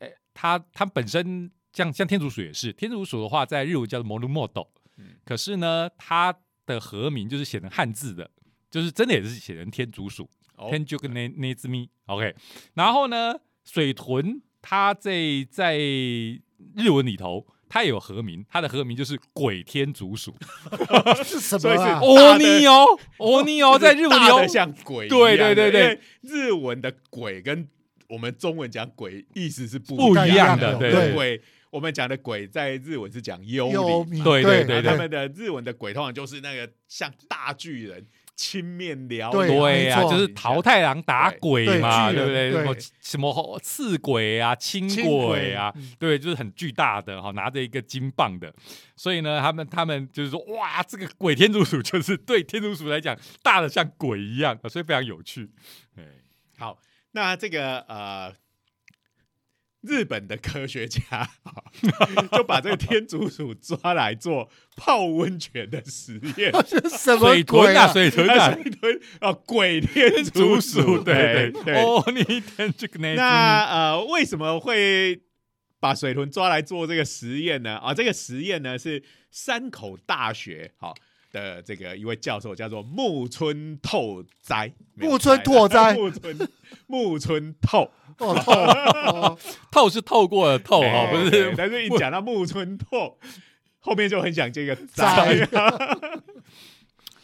Speaker 2: 呃，它它本身像像天竺鼠也是，天竺鼠的话在日文叫做 m o n u m o d o
Speaker 1: 嗯
Speaker 2: 可是呢，它的和名就是写成汉字的，就是真的也是写成天竺鼠。
Speaker 1: 哦，
Speaker 2: 天就跟那那只咪，OK。然后呢，水豚它在在日文里头，它也有和名，它的和名就是鬼天竺鼠， [laughs]
Speaker 3: 是什么
Speaker 1: 所以是
Speaker 3: 啊？
Speaker 2: 欧尼哦，欧尼哦，在日文里
Speaker 1: 大
Speaker 2: 头
Speaker 1: 的，像鬼一样
Speaker 2: 对
Speaker 1: 的，
Speaker 2: 对对对
Speaker 1: 因为日文的鬼跟我们中文讲鬼意思是不
Speaker 2: 不
Speaker 1: 一
Speaker 2: 一
Speaker 3: 样
Speaker 1: 的，
Speaker 3: 的对
Speaker 1: 因为
Speaker 3: 对
Speaker 1: 鬼我们讲的鬼在日文是讲幽
Speaker 3: 幽
Speaker 1: 灵
Speaker 3: 冥
Speaker 1: 嘛，
Speaker 2: 对
Speaker 3: 对啊
Speaker 2: 对
Speaker 1: 那
Speaker 2: 对
Speaker 1: 他们的日文的鬼通常就是那个像大巨人、青面獠牙
Speaker 3: 对
Speaker 2: 对啊，
Speaker 3: 没错
Speaker 2: 就是桃太郎打鬼嘛，
Speaker 3: 对
Speaker 2: 对不
Speaker 3: 对
Speaker 2: 对？
Speaker 3: 巨人
Speaker 2: 什么什么刺鬼啊、青
Speaker 3: 轻
Speaker 2: 鬼啊，
Speaker 3: [laughs] 轨，嗯
Speaker 2: 对，就是很巨大的哈，拿着一个金棒的，所以呢，他们他们就是说，哇，这个鬼天竺鼠就是对天竺鼠来讲大的像鬼一样，所以非常有趣。哎，
Speaker 1: 好，那这个呃，日本的科学家就把这个天竺鼠抓来做泡温泉的实
Speaker 2: [laughs]
Speaker 1: 验，
Speaker 2: 哦啊
Speaker 3: 这什么
Speaker 2: 水
Speaker 3: 鬼
Speaker 2: 豚啊，水豚
Speaker 1: [laughs]
Speaker 2: 啊
Speaker 1: 它，是一堆啊鬼天竺鼠，
Speaker 2: 竺鼠，对
Speaker 1: 啊对
Speaker 2: 对，哦，你天竺嗯那
Speaker 1: 那呃，为什么会把水豚抓来做这个实验呢？啊，这个实验呢是山口大学好、的这个一位教授叫做木村拓哉，没有
Speaker 3: 木村
Speaker 1: 哉
Speaker 3: 拓哉
Speaker 1: 木村木村透
Speaker 3: 哦透
Speaker 2: [laughs]
Speaker 3: 哦
Speaker 2: 透是透过的透
Speaker 1: 哎
Speaker 2: 哈，不
Speaker 1: 对
Speaker 2: [laughs] 是
Speaker 1: 但是一讲到木村拓，后面就很想
Speaker 2: [laughs]
Speaker 1: 这个 [laughs]
Speaker 3: 哉
Speaker 1: 哉。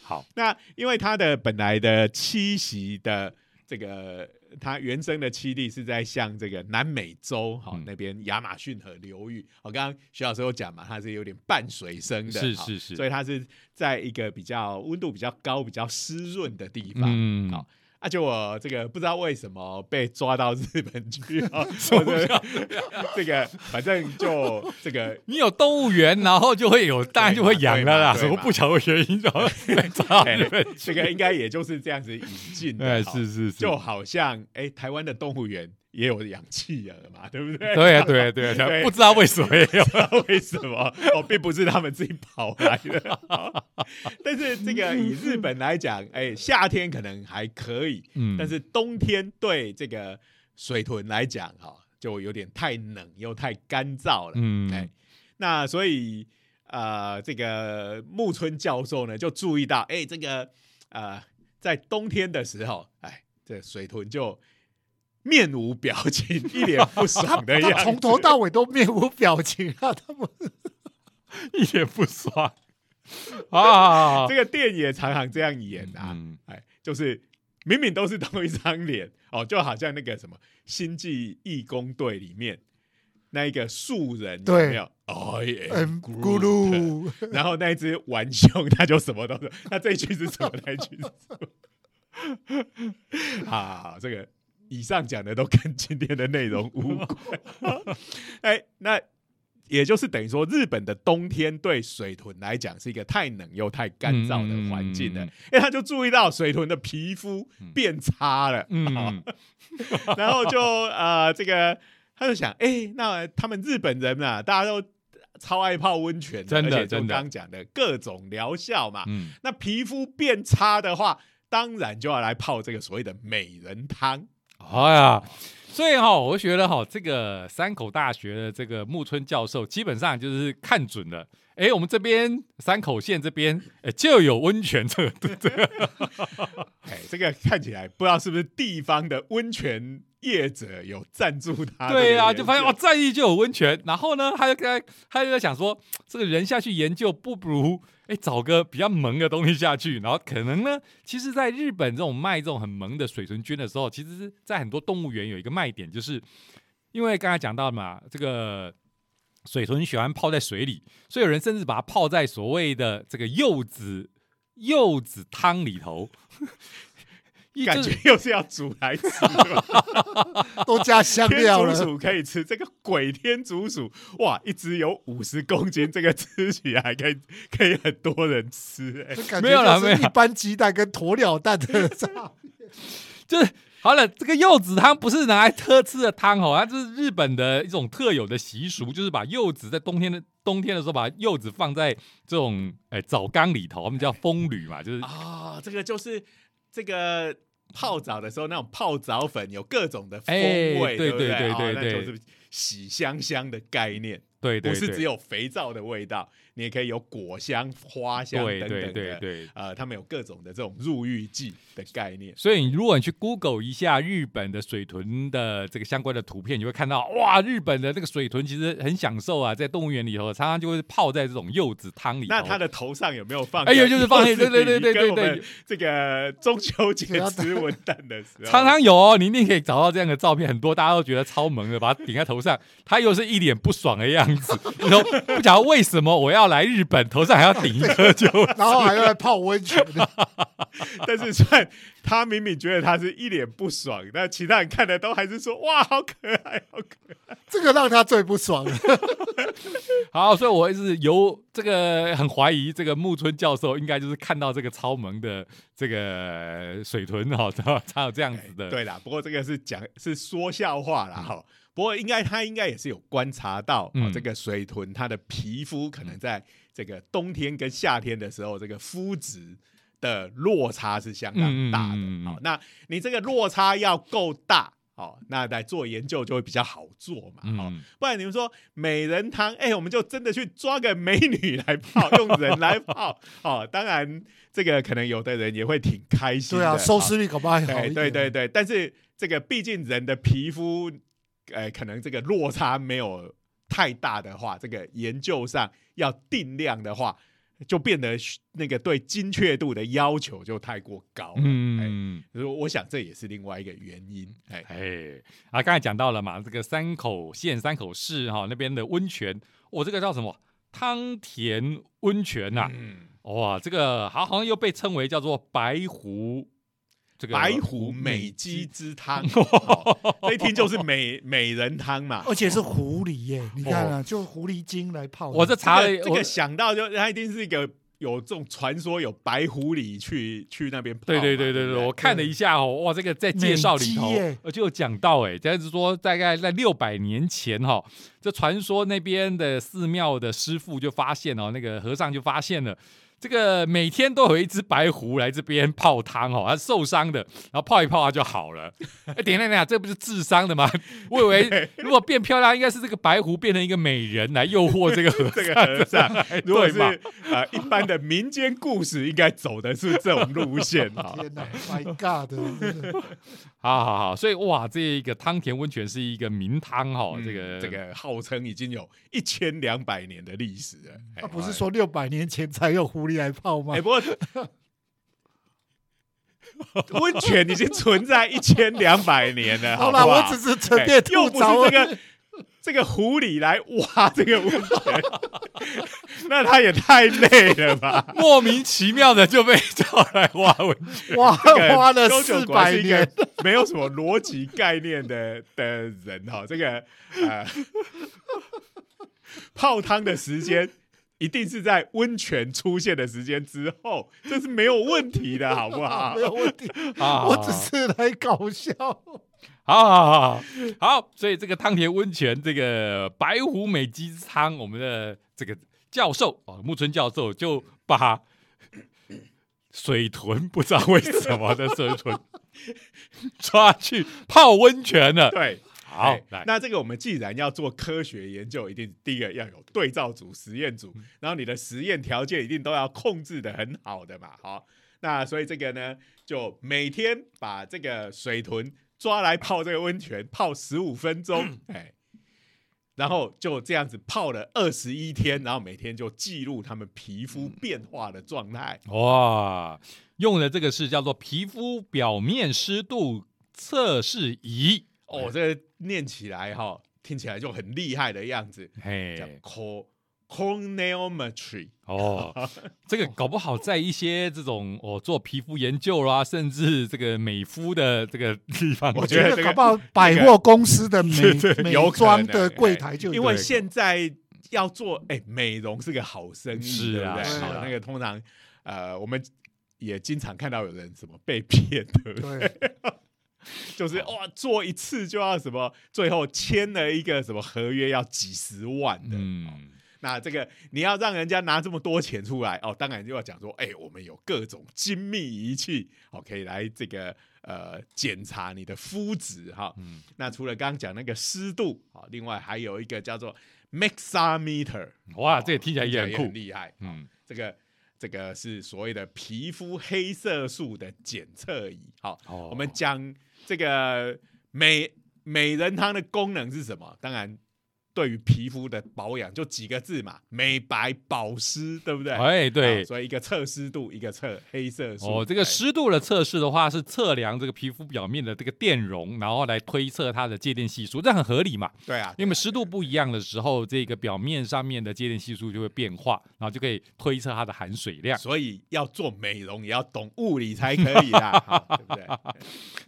Speaker 2: 好，
Speaker 1: 那因为他的本来的栖息的这个，他原生的栖地是在像这个南美洲好、
Speaker 2: 嗯
Speaker 1: 那边亚马逊河流域。我、刚刚徐老师有讲嘛，它是有点半水生的，
Speaker 2: 是
Speaker 1: 好
Speaker 2: 是是
Speaker 1: 所以它是在一个比较温度比较高、比较湿润的地方。
Speaker 2: 嗯，
Speaker 1: 好啊，就我这个不知道为什么被抓到日本去
Speaker 2: [laughs]
Speaker 1: 啊，
Speaker 2: 么
Speaker 1: 或者 [laughs] 这个反正就这个
Speaker 2: 你有动物园，然后就会有，当然就会养了啦，
Speaker 1: 对嘛对
Speaker 2: 什么
Speaker 1: 嘛
Speaker 2: 不巧的原因，然后被抓到
Speaker 1: 哎
Speaker 2: 日本
Speaker 1: 这
Speaker 2: 去，
Speaker 1: 个应该也就是这样子引进的，
Speaker 2: 哎，
Speaker 1: 好
Speaker 2: 是是是，
Speaker 1: 就好像哎、台湾的动物园也有养企鹅嘛，对不对？
Speaker 2: 对啊，对啊，对啊，
Speaker 1: 对
Speaker 2: 对啊，不知道为什么也有。
Speaker 1: [laughs] 不知道为什么哦，并不是他们自己跑来的。好 [laughs] 但是这个以日本来讲，哎、夏天可能还可以，
Speaker 2: 嗯
Speaker 1: 但是冬天对这个水豚来讲，哈、就有点太冷又太干燥了。
Speaker 2: 嗯
Speaker 1: 哎，那所以呃，这个木村教授呢就注意到，哎、这个呃，在冬天的时候，哎，这水豚就面无表情，一脸不爽
Speaker 2: 哎
Speaker 1: 的样
Speaker 2: [laughs]
Speaker 1: 子，
Speaker 3: 他从头到尾都面无表情啊，他不
Speaker 2: 一脸
Speaker 1: [laughs]
Speaker 2: 不爽啊
Speaker 1: 这个电影也常常这样演啊，
Speaker 2: 嗯
Speaker 1: 哎，就是明明都是同一张脸哦，就好像那个什么《星际义工队》里面那一个树人有
Speaker 3: 对
Speaker 1: 没有？哦耶，
Speaker 2: 哎
Speaker 3: 嗯，咕
Speaker 1: Groot
Speaker 3: 噜，
Speaker 2: [laughs]
Speaker 1: 然后那一只玩熊，它就什么都是，那这一句是什么？那一句是什么？好好好，这个以上讲的都跟今天的内容无关。哎，那也就是等于说，日本的冬天对水豚来讲是一个太冷又太干燥的环境了，
Speaker 2: 嗯嗯
Speaker 1: 因为他就注意到水豚的皮肤变差了，
Speaker 2: 嗯，
Speaker 1: 然后就呃，这个他就想，哎、那他们日本人啊，大家都超爱泡温泉
Speaker 2: 真的
Speaker 1: 而且就
Speaker 2: 真的
Speaker 1: 刚讲的各种疗效嘛。 [laughs]
Speaker 2: 嗯，
Speaker 1: 那皮肤变差的话，当然就要来泡这个所谓的美人汤。
Speaker 2: 哎呀，所以哈、我觉得哈、这个山口大学的这个木村教授，基本上就是看准了，哎，我们这边山口县这边，哎，就有温泉这个，
Speaker 1: 哎、这个看起来不知道是不是地方的温泉业者有赞助他。
Speaker 2: 对
Speaker 1: 呀、
Speaker 2: 啊，就发现哦，战役就有温泉，然后呢，他就跟他他就在想说，这个人下去研究，不如哎找个比较萌的东西下去，然后可能呢，其实，在日本这种卖这种很萌的水豚菌的时候，其实是在很多动物园有一个卖点，就是因为刚才讲到的嘛，这个。水豚喜欢泡在水里，所以有人甚至把它泡在所谓的这个柚子柚子汤里头， [laughs] 一
Speaker 1: 感
Speaker 2: 就是
Speaker 1: 觉又是要煮来吃的吧。
Speaker 3: 都
Speaker 2: [laughs]
Speaker 3: 加
Speaker 1: [laughs]
Speaker 3: 香
Speaker 1: 天
Speaker 3: 料
Speaker 1: 竺
Speaker 3: 了，
Speaker 1: 鼠可以吃，这个鬼天竺鼠哇，一只有五十公斤，这个 [laughs] 吃起来可以可以很多人吃、哎
Speaker 3: 这感
Speaker 2: 没有
Speaker 3: 觉
Speaker 2: 啦
Speaker 3: 就
Speaker 2: 没有
Speaker 3: 是一般鸡蛋跟鸵鸟蛋的 [laughs] 差。
Speaker 2: 就是好了，这个柚子汤不是拿来特吃的汤哦，它就是日本的一种特有的习俗，就是把柚子在冬天的冬天的时候，把柚子放在这种哎澡缸里头，我们叫风吕嘛，就
Speaker 1: [laughs]
Speaker 2: 是
Speaker 1: 啊、这个就是这个泡澡的时候那种泡澡粉有各种的风
Speaker 2: 哎
Speaker 1: 味，
Speaker 2: 对
Speaker 1: 不
Speaker 2: 对对
Speaker 1: 哦
Speaker 2: 对
Speaker 1: 那
Speaker 2: 对
Speaker 1: 就是洗香香的概念，
Speaker 2: 对对
Speaker 1: 不
Speaker 2: 对，
Speaker 1: 是只有肥皂的味道，你也可以有果香、花香
Speaker 2: 对
Speaker 1: 等等
Speaker 2: 对
Speaker 1: 的。
Speaker 2: 对对。
Speaker 1: 呃，他们有各种的这种入浴剂的概念，
Speaker 2: 所以，如果你去 Google 一下日本的水豚的这个相关的图片，你会看到，哇，日本的这个水豚其实很享受啊，在动物园里头，常常就会泡在这种柚子汤里头。
Speaker 1: 那他的头上有没有放？
Speaker 2: 哎呦就是放
Speaker 1: 对
Speaker 2: 对对对对对对，
Speaker 1: 这个中秋节吃文蛋的时候，
Speaker 2: 常常有哦，你一定可以找到这样的照片，很多大家都觉得超萌的，把它顶在头上，他又是一脸不爽的样子， [laughs] 然后不晓得为什么我要来日本，头上还要顶一颗就，
Speaker 3: 然后还要来泡温泉，
Speaker 1: 但是虽然他明明觉得他是一脸不爽，但其他人看的都还是说哇，好可爱，好可爱。
Speaker 3: 这个让他最不爽了。
Speaker 2: [laughs] 好，所以我一直由这个很怀疑这个木村教授应该就是看到这个超萌的这个水豚哈、 [laughs] 哦，才有才有这样子的，
Speaker 1: 对啦，不过这个是讲是说笑话啦哈。不过应该他应该也是有观察到、哦
Speaker 2: 嗯
Speaker 1: 这个水豚它的皮肤可能在这个冬天跟夏天的时候，这个肤质的落差是相当大的。好、哦
Speaker 2: 嗯嗯嗯嗯
Speaker 1: 那你这个落差要够大。哦，那来做研究就会比较好做嘛，哦，
Speaker 2: 嗯，
Speaker 1: 不然你们说美人汤，哎、我们就真的去抓个美女来泡，用人来泡，哦，当然这个可能有的人也会挺开心
Speaker 3: 对
Speaker 1: 的，
Speaker 3: 啊，收
Speaker 1: 哦
Speaker 3: 视率搞不好
Speaker 1: [laughs]
Speaker 3: 还好
Speaker 1: 对
Speaker 3: 一点。
Speaker 1: 对对对，但是这个毕竟人的皮肤，呃，可能这个落差没有太大的话，这个研究上要定量的话，就变得那个对精确度的要求就太过高了。嗯，
Speaker 2: 嗯。
Speaker 1: 所以我想这也是另外一个原因。哎，
Speaker 2: 哎，啊，刚才讲到了嘛，这个山口县山口市哈、那边的温泉，哦我、这个叫什么汤田温泉啊呐、
Speaker 1: 嗯，
Speaker 2: 哇，这个好好像又被称为叫做白湖，这个
Speaker 1: 白虎美姬之 [laughs] 汤，哦这一听就是美美人汤嘛。
Speaker 3: 而且是狐狸耶，你看啊，就狐狸精来泡的。
Speaker 2: 我这查了
Speaker 1: 哦这个这
Speaker 2: 我
Speaker 1: 个想到就它一定是一个有这种传说有白狐狸去去那边泡嘛，
Speaker 2: 对对对
Speaker 1: 对
Speaker 2: 对
Speaker 1: 不
Speaker 2: 对，我看了一下哦，哇，这个在介绍里头
Speaker 3: 美姬耶
Speaker 2: 呃就有讲到哎，就是说大概在六百年前哈、这传说那边的寺庙的师傅就发现哦，那个和尚就发现了。这个每天都有一只白狐来这边泡汤哦，它受伤的，然后泡一泡它就
Speaker 1: [laughs]
Speaker 2: 好了。哎，等一下等一下，这不是智商的吗？ [laughs] 我以为如果变漂亮，应该是这个白狐变成一个美人来诱惑这个和
Speaker 1: [laughs] 这
Speaker 2: 尚。
Speaker 1: 个和
Speaker 3: [laughs]
Speaker 1: 尚，如果是
Speaker 2: [laughs] 对
Speaker 1: 呃一般的民间故事，应该走的是这种路线
Speaker 3: [laughs]
Speaker 1: 啊。
Speaker 3: 天哪，My God！真的
Speaker 2: 好好好，所以哇，这个汤田温泉是一个名汤哈、哦，
Speaker 1: 嗯
Speaker 2: 这个
Speaker 1: 这个号称已经有一千两百年的历史了， [laughs] 哎
Speaker 3: 那不是说六百年前才有狐狸来泡吗
Speaker 1: 哎，？不过 [laughs] 温泉已经存在一千两百年了，好
Speaker 3: [laughs] 好
Speaker 1: 不
Speaker 3: 啦，
Speaker 1: 好？
Speaker 3: 我只是陈列
Speaker 1: 哎
Speaker 3: 吐
Speaker 1: 又不
Speaker 3: 槽
Speaker 1: 是
Speaker 3: 而
Speaker 1: 这
Speaker 3: 已。
Speaker 1: 个 [laughs] 这个狐狸来挖这个温泉， [laughs] 那他也太累了吧？
Speaker 2: 莫名其妙的就被叫来挖文，
Speaker 3: 哇， [laughs] 花了
Speaker 1: 这
Speaker 3: 四
Speaker 1: 个 Jojo 果然
Speaker 3: 百
Speaker 1: 是一个
Speaker 3: 年，
Speaker 1: [laughs] 没有什么逻辑概念的的人哈、这个呃，泡汤的时间一定是在温泉出现的时间之后，这是没有问题的，好不好
Speaker 3: [laughs] [laughs] 没？有问题。
Speaker 2: 啊
Speaker 3: 我只是来搞笑。
Speaker 2: 好好好好好，所以这个汤田温泉这个白湖美鸡汤，我们的这个教授哦，木村教授就把水豚不知道为什么的水豚抓去泡温泉了。
Speaker 1: 对，
Speaker 2: 好
Speaker 1: 哎，
Speaker 2: 来，
Speaker 1: 那这个我们既然要做科学研究，一定第一个要有对照组、实验组，
Speaker 2: 嗯
Speaker 1: 然后你的实验条件一定都要控制的很好的嘛，好，那所以这个呢，就每天把这个水豚抓来泡这个温泉，泡十五分
Speaker 2: [clears throat]
Speaker 1: 钟，哎，然后就这样子泡了二十一天，然后每天就记录它们皮肤
Speaker 2: 嗯
Speaker 1: 变化的状态，
Speaker 2: 哇，用的这个是叫做皮肤表面湿度测试仪。
Speaker 1: 哦，这个念起来哈、听起来就很厉害的样子，叫
Speaker 2: 嘿，
Speaker 1: cor corneometry。 [laughs]
Speaker 2: 哦，这个搞不好在一些这种哦做皮肤研究啦、甚至这个美肤的这个地方，
Speaker 1: [laughs] 我觉
Speaker 3: 觉
Speaker 1: 得
Speaker 3: 得
Speaker 1: 这个
Speaker 3: 搞不好百货公司
Speaker 1: [laughs]
Speaker 3: 的美
Speaker 1: 对对
Speaker 3: 美
Speaker 1: 有可
Speaker 3: 妆
Speaker 1: 能
Speaker 3: 的柜
Speaker 1: 哎
Speaker 3: 台就有
Speaker 1: 因为
Speaker 3: 一个
Speaker 1: 现在要做哎美容是个好生意，
Speaker 2: 是啊
Speaker 1: 对不对
Speaker 3: 是啊
Speaker 1: 好那个通常呃我们也经常看到有人什么被骗的，
Speaker 3: 对
Speaker 1: [laughs] 就是哇做一次就要什么，最后签了一个什么合约要几十万的，
Speaker 2: 嗯，
Speaker 1: 那这个你要让人家拿这么多钱出来哦，当然就要讲说，哎、我们有各种精密仪器，哦，可以来这个呃检查你的肤质哈。
Speaker 2: 嗯
Speaker 1: 那除了刚刚讲那个湿度，好、另外还有一个叫做 mixometer，
Speaker 2: 哇，
Speaker 1: 哦
Speaker 2: 这个听起来也很
Speaker 1: 很
Speaker 2: 酷，
Speaker 1: 厉害。
Speaker 2: 嗯，
Speaker 1: 这个这个是所谓的皮肤黑色素的检测仪。好、
Speaker 2: 哦
Speaker 1: 我们讲这个美美人汤的功能是什么？当然，对于皮肤的保养就几个字嘛，美白保湿，对不对？
Speaker 2: 哎，
Speaker 1: 啊
Speaker 2: 对。
Speaker 1: 所以一个哎测湿度，一个测黑色素。
Speaker 2: 哦，这个湿度的测试的话，是测量这个皮肤表面的这个电容，然后来推测它的介电系数，这很合理嘛？
Speaker 1: 哎对啊，
Speaker 2: 因为湿度不一样的时候，这个表面上面的介电系数就会变化，然后就可以推测它的含水量。
Speaker 1: 所以要做美容也要懂物理才可以啦，
Speaker 2: [laughs]
Speaker 1: 好对不对？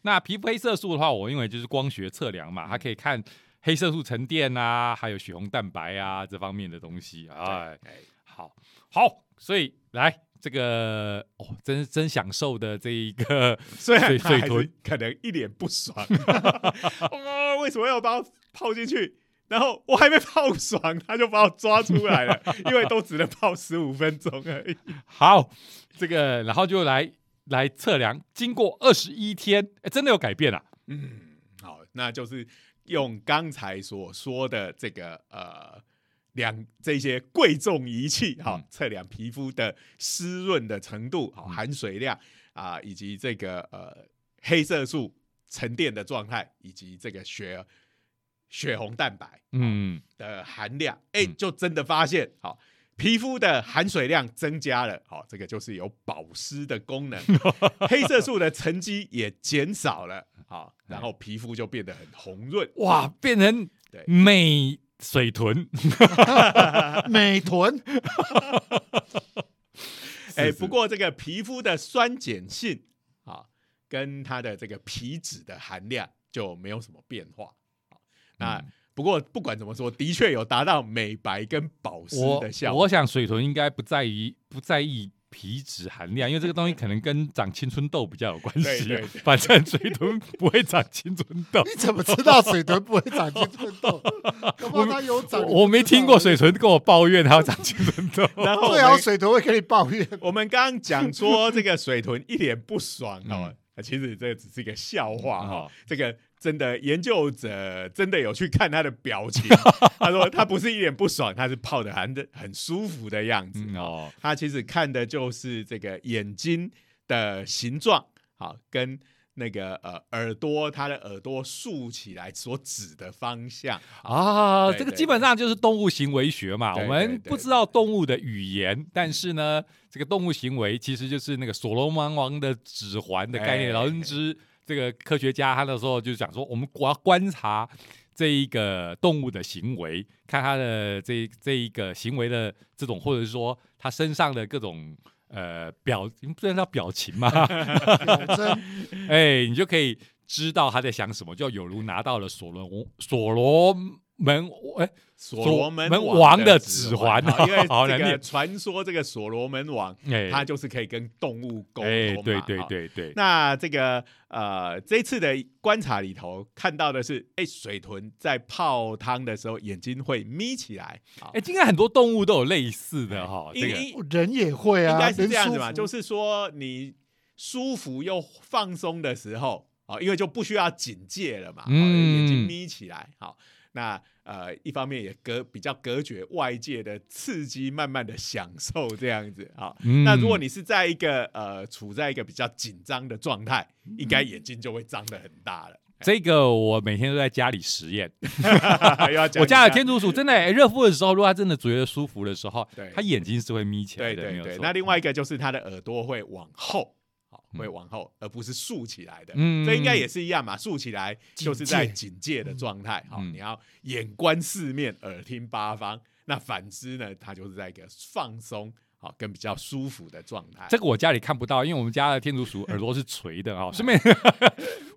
Speaker 2: 那皮肤黑色素的话，我认为就是光学测量
Speaker 1: 嗯
Speaker 2: 嘛，它可以看黑色素沉淀啊，还有血红蛋白啊这方面的东西。哎，
Speaker 1: 哎
Speaker 2: 好，好，所以来这个哦，真真享受的这一个
Speaker 1: [laughs] 虽然
Speaker 2: 水
Speaker 1: 他还
Speaker 2: 水
Speaker 1: 是
Speaker 2: 豚，
Speaker 1: 可能一脸不爽，哦，为什么要把我泡进去？然后我还没泡爽，他就把我抓出来了，因为都只能泡十五分钟而已。
Speaker 2: 好，这个然后就来来测量，经过二十一天，哎，真的有改变啊！
Speaker 1: 嗯，好，那就是用刚才所说的这个呃两这些贵重仪器，好、
Speaker 2: 嗯
Speaker 1: 测量皮肤的湿润的程度，好、
Speaker 2: 嗯
Speaker 1: 含水量啊、以及这个呃黑色素沉淀的状态，以及这个血血红蛋白。
Speaker 2: 嗯，
Speaker 1: 的含量，哎、
Speaker 2: 嗯
Speaker 1: 就真的发现，好、皮肤的含水量增加了，好、这个就是有保湿的功
Speaker 2: [laughs]
Speaker 1: 能，黑色素的沉积也减少了，好、
Speaker 2: 哎
Speaker 1: 然后皮肤就变得很红润，
Speaker 2: 哇，变成
Speaker 1: 对
Speaker 2: 美水豚，
Speaker 3: 美臀，
Speaker 1: 哎、
Speaker 2: 是是
Speaker 1: 不过这个皮肤的酸碱性啊、跟它的这个皮脂的含量就没有什么变化。啊那、
Speaker 2: 嗯
Speaker 1: 不过不管怎么说，的确有达到美白跟保湿
Speaker 2: 我
Speaker 1: 的效果
Speaker 2: 我。想水豚应该不在意不在意皮脂含量，因为这个东西可能跟长青春痘比较有关
Speaker 1: 对
Speaker 2: 系
Speaker 1: 对
Speaker 2: 啊。反正水豚不会长青春痘
Speaker 3: 你怎么知道水豚不会长青春痘？搞不好它有长。
Speaker 2: 我我没听过。水豚跟我抱怨它要长青春
Speaker 1: [laughs]
Speaker 2: 痘。
Speaker 1: 然后我
Speaker 3: 最好
Speaker 1: 们
Speaker 3: 水豚会跟你抱 [laughs] 怨。
Speaker 1: [laughs] 我们刚刚讲说这个水豚一脸不爽
Speaker 2: 嗯
Speaker 1: 哦，其实这只是一个笑话哈、
Speaker 2: 哦
Speaker 1: 这个真的研究者真的有去看他的表
Speaker 2: [laughs]
Speaker 1: 情，他说他不是一脸不爽，他是泡的很很舒服的样子。
Speaker 2: 嗯哦，
Speaker 1: 他其实看的就是这个眼睛的形状，好跟那个呃耳朵，它的耳朵竖起来所指的方向。
Speaker 2: 啊，
Speaker 1: 对
Speaker 2: 这个
Speaker 1: 对
Speaker 2: 基本上就是动物行为学嘛。
Speaker 1: 对
Speaker 2: 我
Speaker 1: 对
Speaker 2: 们
Speaker 1: 对
Speaker 2: 不知道动物的语言，但是呢，这个动物行为其实就是那个所罗门王的指环的概念。
Speaker 1: 哎
Speaker 2: 劳恩之这个科学家，他那时候就讲说，我们我要观察这一个动物的行为，看它的这这一个行为的这种，或者是说它身上的各种。呃，表不能叫表情
Speaker 1: [laughs]
Speaker 2: 嘛， [laughs]
Speaker 3: 表征
Speaker 2: 哎，你就可以知道他在想什么，就有如拿到了所罗所罗门哎
Speaker 1: 所罗门
Speaker 2: 门
Speaker 1: 王
Speaker 2: 王的
Speaker 1: 指
Speaker 2: 指环
Speaker 1: 好因为
Speaker 2: [laughs] 好
Speaker 1: 这
Speaker 2: 难
Speaker 1: 个
Speaker 2: 念
Speaker 1: 传说这个所罗门王，
Speaker 2: 哎，
Speaker 1: 他就是可以跟动物沟通嘛。
Speaker 2: 哎，对对
Speaker 1: 好
Speaker 2: 对对，
Speaker 1: 那这个呃，这次的观察里头看到的是，哎，水豚在泡汤的时候眼睛会眯起来。好哎
Speaker 2: 哎，应该很多动物都有类似的哈，
Speaker 1: 因
Speaker 2: 这个
Speaker 1: 因
Speaker 3: 人也会啊，
Speaker 1: 应该是
Speaker 3: 人
Speaker 1: 这样子
Speaker 3: 舒
Speaker 1: 嘛，
Speaker 3: 服
Speaker 1: 就是说你舒服又放松的时候，哦，因为就不需要警戒了嘛，好
Speaker 2: 嗯
Speaker 1: 眼睛眯起来，好，那呃，一方面也隔比较隔绝外界的刺激，慢慢的享受这样子，好。
Speaker 2: 嗯
Speaker 1: 那如果你是在一个呃处在一个比较紧张的状态，
Speaker 2: 嗯
Speaker 1: 应该眼睛就会张得很大
Speaker 2: [laughs]
Speaker 1: 了。
Speaker 2: 这个我每天都在家里实验，
Speaker 1: 又要讲
Speaker 2: 我
Speaker 1: 一下
Speaker 2: 家的天竺鼠真的哎热敷的时候，如果它真的觉得舒服的时候
Speaker 1: 对，
Speaker 2: 它眼睛是会眯起
Speaker 1: 对
Speaker 2: 来的，没
Speaker 1: 对
Speaker 2: 有
Speaker 1: 对，
Speaker 2: 错
Speaker 1: 那另外一个就是它的耳朵会往后，好，
Speaker 2: 嗯
Speaker 1: 会往后，而不是竖起来的。
Speaker 2: 嗯
Speaker 1: 这应该也是一样嘛，竖起来就是在警戒的状态。好，
Speaker 2: 嗯
Speaker 1: 你要眼观四面，耳听八方。那反之呢，它就是在一个放松，好，跟比较舒服的状态。
Speaker 2: 这个我家里看不到，因为我们家的天竺鼠耳朵是垂的哈、顺便 [laughs]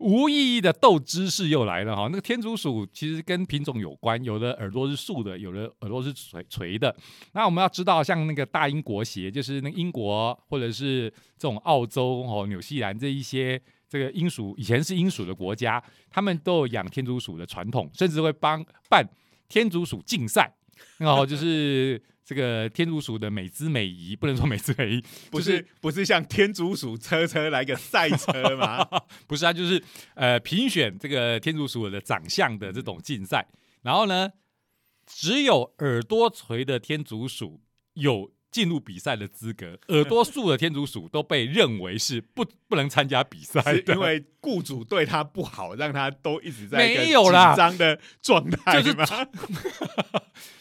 Speaker 2: 无意义的斗知识又来了哈、那个天竺鼠其实跟品种有关，有的耳朵是竖的，有的耳朵是垂垂的。那我们要知道，像那个大英国协，就是那个英国或者是这种澳洲哦、纽西兰这一些这个英属以前是英属的国家，他们都有养天竺鼠的传统，甚至会帮办天竺鼠竞赛。然后就是这个天竺鼠的美姿美仪，不能说美姿美仪，
Speaker 1: 不
Speaker 2: 就是
Speaker 1: 是不是像天竺鼠车车来个赛车吗？
Speaker 2: 不是啊，就是呃评选这个天竺鼠的长相的这种竞赛。然后呢，只有耳朵垂的天竺鼠有进入比赛的资格，耳朵竖的天竺鼠都被认为是不不能参加比赛
Speaker 1: 是
Speaker 2: 的，
Speaker 1: 因为雇主对它不好，让它都一直在一个
Speaker 2: 没有啦
Speaker 1: 紧张的状态
Speaker 2: 就是
Speaker 1: 吗？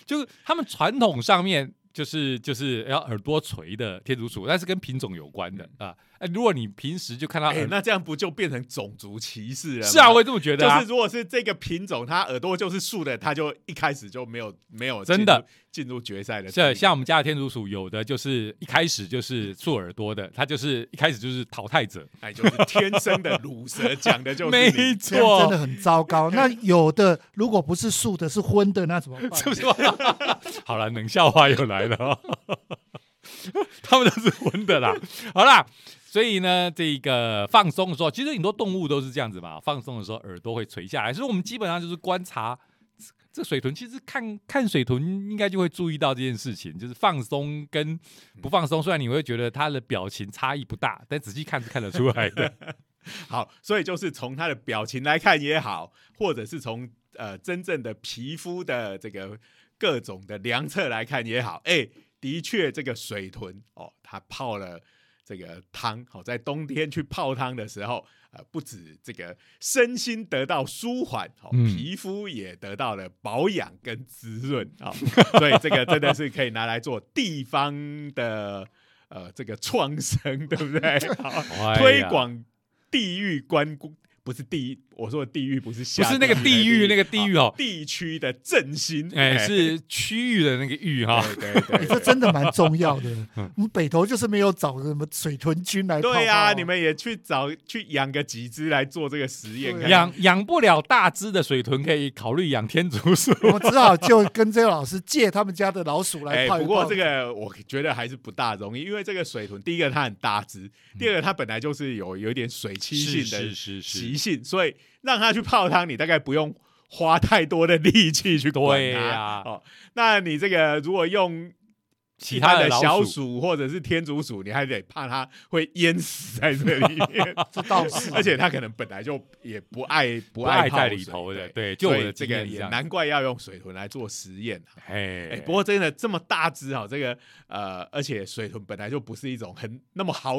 Speaker 2: 就是他们传统上面就是就是要耳朵垂的天竺鼠，那是跟品种有关的啊、哎如果你平时就看到
Speaker 1: 嗯哎、
Speaker 2: 耳，
Speaker 1: 那这样不就变成种族歧视了吗？
Speaker 2: 嗯是啊，我也这么觉得、啊，
Speaker 1: 就是如果是这个品种，它耳朵就是竖的，它就一开始就没有没有
Speaker 2: 真的
Speaker 1: 进入进入决赛的资格。
Speaker 2: 像像我们家的天竺鼠，有的就是一开始就是竖耳朵的，它就是一开始就是淘汰者，
Speaker 1: 哎，就是天生
Speaker 2: [laughs]
Speaker 1: 的乳蛇，讲的就是
Speaker 2: 没
Speaker 1: 你
Speaker 3: 这样真
Speaker 2: 错，
Speaker 3: 的很
Speaker 1: [laughs]
Speaker 3: 糟糕。那有的如果不是竖的，是荤的，那怎么
Speaker 1: [laughs]
Speaker 3: 办？
Speaker 2: 是不是？ [laughs] 好了，冷笑话又来了、 [laughs] 哦，他们都是荤的啦。好啦，所以呢，这个放松的时候，其实很多动物都是这样子嘛，放松的时候耳朵会垂下来，所以我们基本上就是观察。这水豚其实看看水豚应该就会注意到这件事情，就是放松跟不放松。虽然你会觉得它的表情差异不大，但仔细看是看得出来 [laughs] 的。
Speaker 1: [laughs] 好，所以就是从它的表情来看也好，或者是从呃真正的皮肤的这个各种的量测来看也好，哎、的确这个水豚哦，它泡了这个汤，好、在冬天去泡汤的时候。呃，不止这个身心得到舒缓，哦，
Speaker 2: 嗯
Speaker 1: 皮肤也得到了保养跟滋润啊、哦，所以这个真的是可以拿来做地方的呃这个创生，对不对？ [laughs] 好
Speaker 2: 哎
Speaker 1: 推广地域观光，不是地域，我说的地域不是下
Speaker 2: 不是那个地域那个地域哦
Speaker 1: 啊地区的振兴，
Speaker 2: [laughs] 哎，是区域的那个域哈。
Speaker 1: 对对对。
Speaker 3: 这真的蛮重要的。我们北投就是没有找什么水豚军来泡泡啊。
Speaker 1: 嗯对呀、你们也去找去养个几只来做这个实验，
Speaker 3: 对
Speaker 1: 看
Speaker 2: [laughs] 养养不了大只的水豚，可以考虑养天竺鼠。
Speaker 3: 我只好就跟这个老师借他们家的老鼠来
Speaker 1: [laughs] 哎、
Speaker 3: 泡一泡。
Speaker 1: 不过这个我觉得还是不大容易，因为这个水豚，第一个它很大只，第二个它本来就是有有一点水栖性 [laughs] 的
Speaker 2: [laughs] 嗯是
Speaker 1: 习，性，所以让它去泡汤，你大概不用花太多的力气去管
Speaker 2: 对
Speaker 1: 它。
Speaker 2: 呀
Speaker 1: 哦，那你这个如果用
Speaker 2: 其
Speaker 1: 他
Speaker 2: 他的
Speaker 1: 小
Speaker 2: 鼠
Speaker 1: 鼠或者是天竺鼠，你还得怕它会淹死在这里
Speaker 2: [laughs]
Speaker 1: 面，
Speaker 3: 这倒是，
Speaker 1: 而且它可能本来就也不爱不
Speaker 2: 不
Speaker 1: 爱
Speaker 2: 爱
Speaker 1: 泡
Speaker 2: 在
Speaker 1: 水
Speaker 2: 里头的。
Speaker 1: 对，
Speaker 2: 对，就我
Speaker 1: 所以
Speaker 2: 的
Speaker 1: 这
Speaker 2: 经
Speaker 1: 个
Speaker 2: 验是
Speaker 1: 也
Speaker 2: 这样。
Speaker 1: 难怪要用水豚来做实验啊。哎、
Speaker 2: 哎
Speaker 1: 不过真的啊这么大只哈，这个呃，而且水豚本来就不是一种很那么好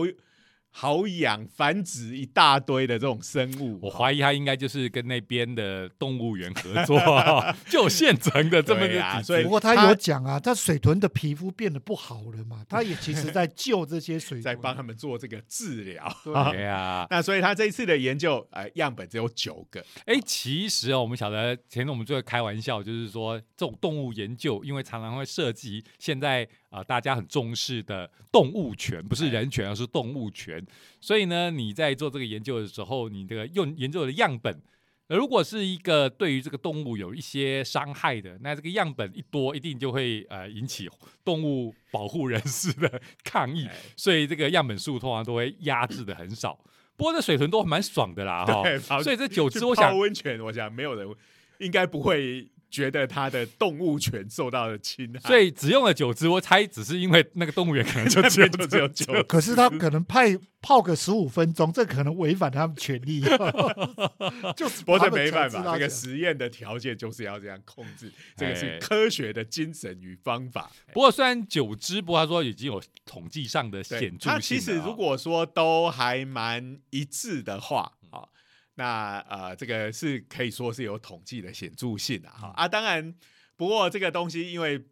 Speaker 1: 好养、繁殖一大堆的这种生物。
Speaker 2: 我怀疑他应该就是跟那边的动物园合 [laughs] 作，就有现成的这么
Speaker 1: 对啊
Speaker 2: 个
Speaker 1: 所以
Speaker 3: 不过他
Speaker 1: 他
Speaker 3: 有讲啊，他水豚的皮肤变得不好了嘛，他也其实
Speaker 1: [laughs]
Speaker 3: 在救这些水豚，
Speaker 1: 在
Speaker 3: 啊
Speaker 1: 帮他们做这个治疗。 [laughs]
Speaker 3: 对
Speaker 2: 对啊呀，
Speaker 1: 那所以他这一次的研究，呃，样本只有九个，
Speaker 2: 哎，其实哦，我们晓得前面我们就会开玩笑，就是说这种动物研究，因为常常会涉及现在啊、呃大家很重视的动物权，不
Speaker 1: 哎
Speaker 2: 是人权，而是动物权。所以呢，你在做这个研究的时候，你这个用研究的样本，呃如果是一个对于这个动物有一些伤害的，那这个样本一多，一定就会呃引起动物保护人士的 [laughs] 抗议
Speaker 1: 哎，
Speaker 2: 所以这个样本数通常都会压制的很少。不过这水豚都蛮爽的啦，哈
Speaker 1: 对跑，
Speaker 2: 所以这九
Speaker 1: 去
Speaker 2: 只我想
Speaker 1: 泡温泉，我想没有人应该不会觉得他的动物权受到了侵害，
Speaker 2: 所以只用了九只，我猜只是因为那个动物园可能
Speaker 1: [laughs]
Speaker 2: 就只有
Speaker 1: 边就只有九 [laughs] 个。
Speaker 3: 可是他可能派泡个十五分钟，这可能违反他们权
Speaker 1: [laughs]
Speaker 3: 利。就是
Speaker 1: 不过
Speaker 3: 他
Speaker 1: 这
Speaker 3: 们
Speaker 1: 没
Speaker 3: 才
Speaker 1: 办
Speaker 3: 知
Speaker 1: 法，
Speaker 3: 道
Speaker 1: 这个
Speaker 3: 样
Speaker 1: 实验的条件就是要这样控制，这个是
Speaker 2: 哎
Speaker 1: 科学的精神与方法。
Speaker 2: 不过虽然九只，不过他说已经有统计上的
Speaker 1: 对
Speaker 2: 显著性了啊。
Speaker 1: 它其实如果说都还蛮一致的话，啊、那呃，这个是可以说是有统计的显著性啊。
Speaker 2: 嗯
Speaker 1: 哈啊，当然，不过这个东西因为。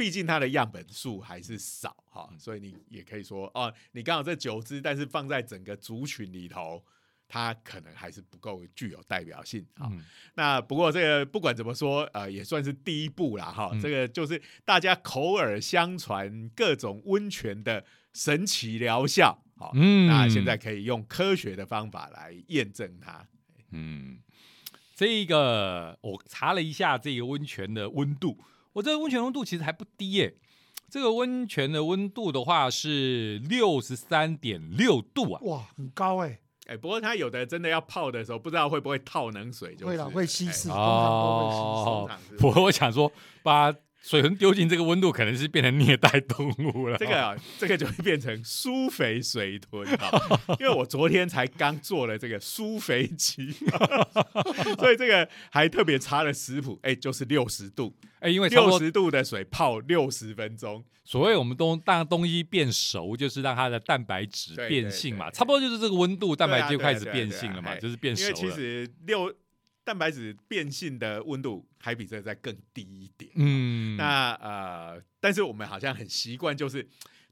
Speaker 1: 毕竟它的样本数还是少哈、
Speaker 2: 嗯
Speaker 1: 所以你也可以说哦，你刚好这九只，但是放在整个族群里头，它可能还是不够具有代表性啊。
Speaker 2: 嗯
Speaker 1: 那不过这个不管怎么说，呃，也算是第一步啦哈。
Speaker 2: 嗯
Speaker 1: 这个就是大家口耳相传各种温泉的神奇疗效，好、
Speaker 2: 嗯
Speaker 1: 那现在可以用科学的方法来验证它。
Speaker 2: 嗯，这个我查了一下这个温泉的温度，我这个温泉温度其实还不低耶、这个温泉的温度的话是六十三点六度
Speaker 1: [laughs]
Speaker 2: 啊，
Speaker 3: 哇，很高哎、
Speaker 1: 哎，不过它有的真的要泡的时候，不知道会不会套冷水就是，
Speaker 3: 会啦，会稀释，
Speaker 1: 哎哦
Speaker 3: 通常都会稀释。
Speaker 1: 通常是
Speaker 2: 不过我想说，把水豚丢进这个温度，可能是变成虐待动物了。哦
Speaker 1: 这个、啊、这个就会变成苏肥水豚啊，因为我昨天才刚做了这个苏肥鸡， [laughs] 所以这个还特别查了食谱，哎，就是六十度，
Speaker 2: 哎，因为差不
Speaker 1: 六
Speaker 2: 多
Speaker 1: 十度的水泡六十分钟，
Speaker 2: 所谓我们东让东西变熟，就是让它的蛋白质
Speaker 1: 对
Speaker 2: 变性嘛，
Speaker 1: 对对
Speaker 2: 差不多就是这个温度，蛋白质
Speaker 1: 对
Speaker 2: 就
Speaker 1: 啊
Speaker 2: 开始
Speaker 1: 对啊
Speaker 2: 变
Speaker 1: 对啊
Speaker 2: 性了嘛，
Speaker 1: 嘿
Speaker 2: 就是变
Speaker 1: 因
Speaker 2: 熟
Speaker 1: 为其
Speaker 2: 了。
Speaker 1: 实六蛋白质变性的温度还比这个再更低一点。
Speaker 2: 嗯，
Speaker 1: 那呃，但是我们好像很习惯，就是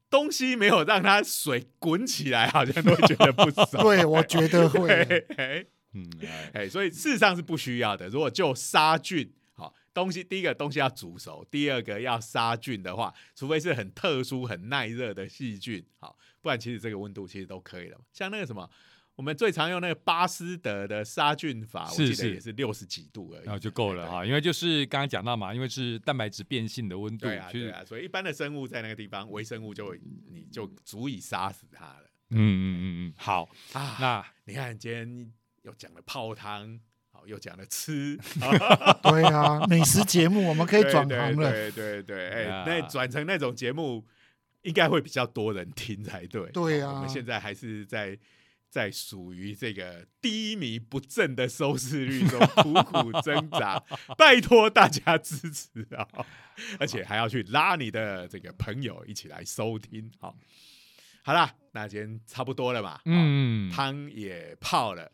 Speaker 1: 东西没有让它水滚起来，好像都会觉得不爽。
Speaker 3: [laughs] 对，我觉得会、
Speaker 1: [laughs] 对，哎 [laughs]
Speaker 2: 嗯，哎
Speaker 1: 哎，所以事实上是不需要的。如果就杀菌，好东西，第一个东西要煮熟，第二个要杀菌的话，除非是很特殊、很耐热的细菌，好，不然其实这个温度其实都可以了嘛。像那个什么，我们最常用那个巴斯德的杀菌法，我
Speaker 2: 是
Speaker 1: 记得
Speaker 2: 是
Speaker 1: 也是六十几度而已，
Speaker 2: 然后就够了哈，因为就是刚刚讲到嘛，因为是蛋白质变性的温度，
Speaker 1: 对啊，
Speaker 2: 就
Speaker 1: 对
Speaker 2: 是
Speaker 1: 啊，所以一般的生物在那个地方，微生物就会你就足以杀死它了
Speaker 2: 嗯嗯嗯嗯，好，
Speaker 1: 啊。
Speaker 2: 那
Speaker 1: 你看今天又讲了泡汤，好，又讲了吃，哦
Speaker 3: 对啊，美食节目我们可以
Speaker 1: 对
Speaker 3: 转行了。
Speaker 1: 对对对对，哎、
Speaker 2: 呀
Speaker 1: 那转成那种节目，应该会比较多人听才对。哦
Speaker 3: 对
Speaker 1: 我
Speaker 3: 啊
Speaker 1: 们现在还是在在属于这个低迷不振的收视率中苦苦挣
Speaker 3: [laughs]
Speaker 1: 扎，拜托大家支持啊！ [laughs] 而且还要去拉你的这个朋友一起来收听。好，好啦，那今天差不多了吧？嗯。
Speaker 2: 嗯，
Speaker 1: 汤也泡了，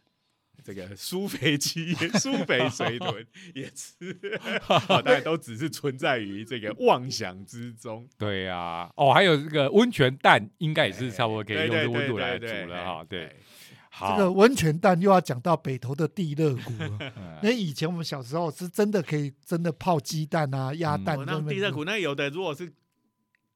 Speaker 1: 这个苏肥鸡也、苏肥水豚也吃，
Speaker 2: [laughs]
Speaker 1: 好，当然都只是存在于这个妄想之中。
Speaker 2: 对啊，哦，还有这个温泉蛋，应该也是差不多可以
Speaker 1: 对
Speaker 2: 用这
Speaker 1: 对
Speaker 2: 个温
Speaker 1: 对
Speaker 2: 度来
Speaker 1: 对
Speaker 2: 煮
Speaker 1: 对哎
Speaker 2: 了哈，
Speaker 1: 对
Speaker 2: 对，，
Speaker 3: 这
Speaker 2: 好，
Speaker 3: 个温泉蛋又要讲到北投的地热谷了。
Speaker 2: 嗯
Speaker 3: [laughs] 那以前我们小时候是真的可以真的泡鸡蛋啊、鸭
Speaker 2: 嗯
Speaker 3: 蛋
Speaker 1: 我
Speaker 3: 在
Speaker 1: 哦那
Speaker 3: 那边
Speaker 1: 地热谷那有的如果是。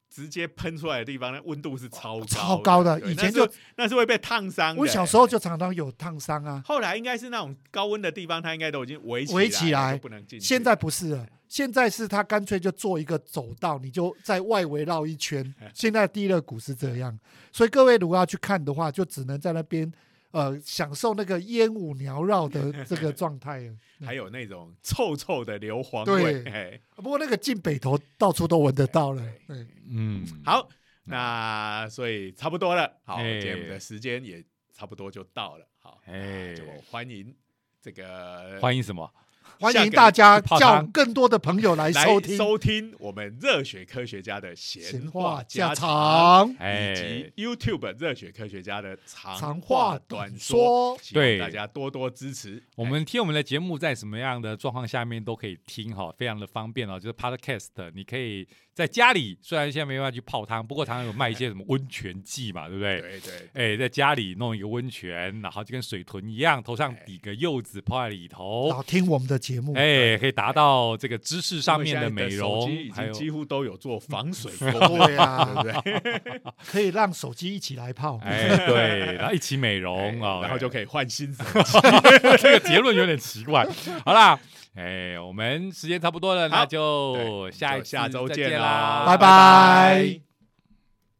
Speaker 1: 直接喷出来的地方，那温度是超高
Speaker 3: 超高的
Speaker 1: 对
Speaker 3: 以
Speaker 1: 那
Speaker 3: 前
Speaker 1: 是
Speaker 3: 就
Speaker 1: 那是会被烫伤的。
Speaker 3: 我小时候就常常有烫伤啊，
Speaker 1: 后来应该是那种高温的地方，它应该都已经围起
Speaker 3: 围起来
Speaker 1: 来，就不能进去。
Speaker 3: 现在不是了，现在是他干脆就做一个走道，你就在外围绕一圈。现在地热谷是这样，所以各位如果要去看的话，就只能在那边呃享受那个烟雾缭绕的这个状态了。
Speaker 1: 还有那种臭臭的硫磺
Speaker 3: 对
Speaker 1: 味，哎
Speaker 3: 不过那个进北头到处都闻得到了。对，
Speaker 2: 嗯，
Speaker 1: 好，那所以差不多了，好，
Speaker 2: 哎
Speaker 1: 节目的时间也差不多就到了，好，
Speaker 2: 哎
Speaker 1: 那就欢迎这个
Speaker 2: 欢迎什么？
Speaker 3: 欢
Speaker 1: 下
Speaker 3: 迎
Speaker 1: 个
Speaker 3: 大家
Speaker 2: 去泡
Speaker 3: 叫
Speaker 2: 汤
Speaker 3: 更多的朋友来
Speaker 1: 来
Speaker 3: 收听
Speaker 1: 收听我们热血科学家的
Speaker 3: 闲
Speaker 1: 闲
Speaker 3: 话
Speaker 1: 家
Speaker 3: 家
Speaker 1: 常。
Speaker 3: 常。
Speaker 2: 哎
Speaker 1: 以及 YouTube 热血科学家的长
Speaker 3: 长
Speaker 1: 话
Speaker 3: 话
Speaker 1: 短说
Speaker 3: 短说，
Speaker 1: 希望
Speaker 2: 对
Speaker 1: 大家多多支持。
Speaker 2: 我们听我们的节目，在什么样的状况下面都可以听哈，非常的方便哦。就是 Podcast，你可以在家里，虽然现在没办法去泡汤，不过常常有卖一些什么温泉季嘛，对不
Speaker 1: 哎
Speaker 2: 对？
Speaker 1: 对对
Speaker 2: 哎，在家里弄一个温泉，然后就跟水豚一样，头上
Speaker 1: 哎
Speaker 2: 抵个柚子泡在里
Speaker 3: 然
Speaker 1: 哦
Speaker 2: 头
Speaker 3: 后，听我们的节目，
Speaker 2: 哎，可以达到这个知识上面
Speaker 1: 因为现在的
Speaker 2: 美
Speaker 1: 手
Speaker 2: 容
Speaker 1: 机已，
Speaker 2: 还
Speaker 1: 经
Speaker 2: 有
Speaker 1: 几乎都有做防水功能，
Speaker 3: 对啊，
Speaker 1: 对不对？
Speaker 3: 可以让手机一起来泡。
Speaker 2: 哎，对，然后一起美
Speaker 1: [laughs]
Speaker 2: 容啊，
Speaker 1: 然后
Speaker 2: 哎
Speaker 1: 就可以换新手机。
Speaker 2: 这个结论有点奇
Speaker 1: [laughs]
Speaker 2: 怪。好啦，哎，我们时间差不多了，
Speaker 1: 好
Speaker 2: 那
Speaker 1: 对
Speaker 2: 就下一
Speaker 1: 就
Speaker 2: 次
Speaker 1: 下周
Speaker 2: 再
Speaker 1: 见啦，
Speaker 2: 啦，
Speaker 3: 拜拜。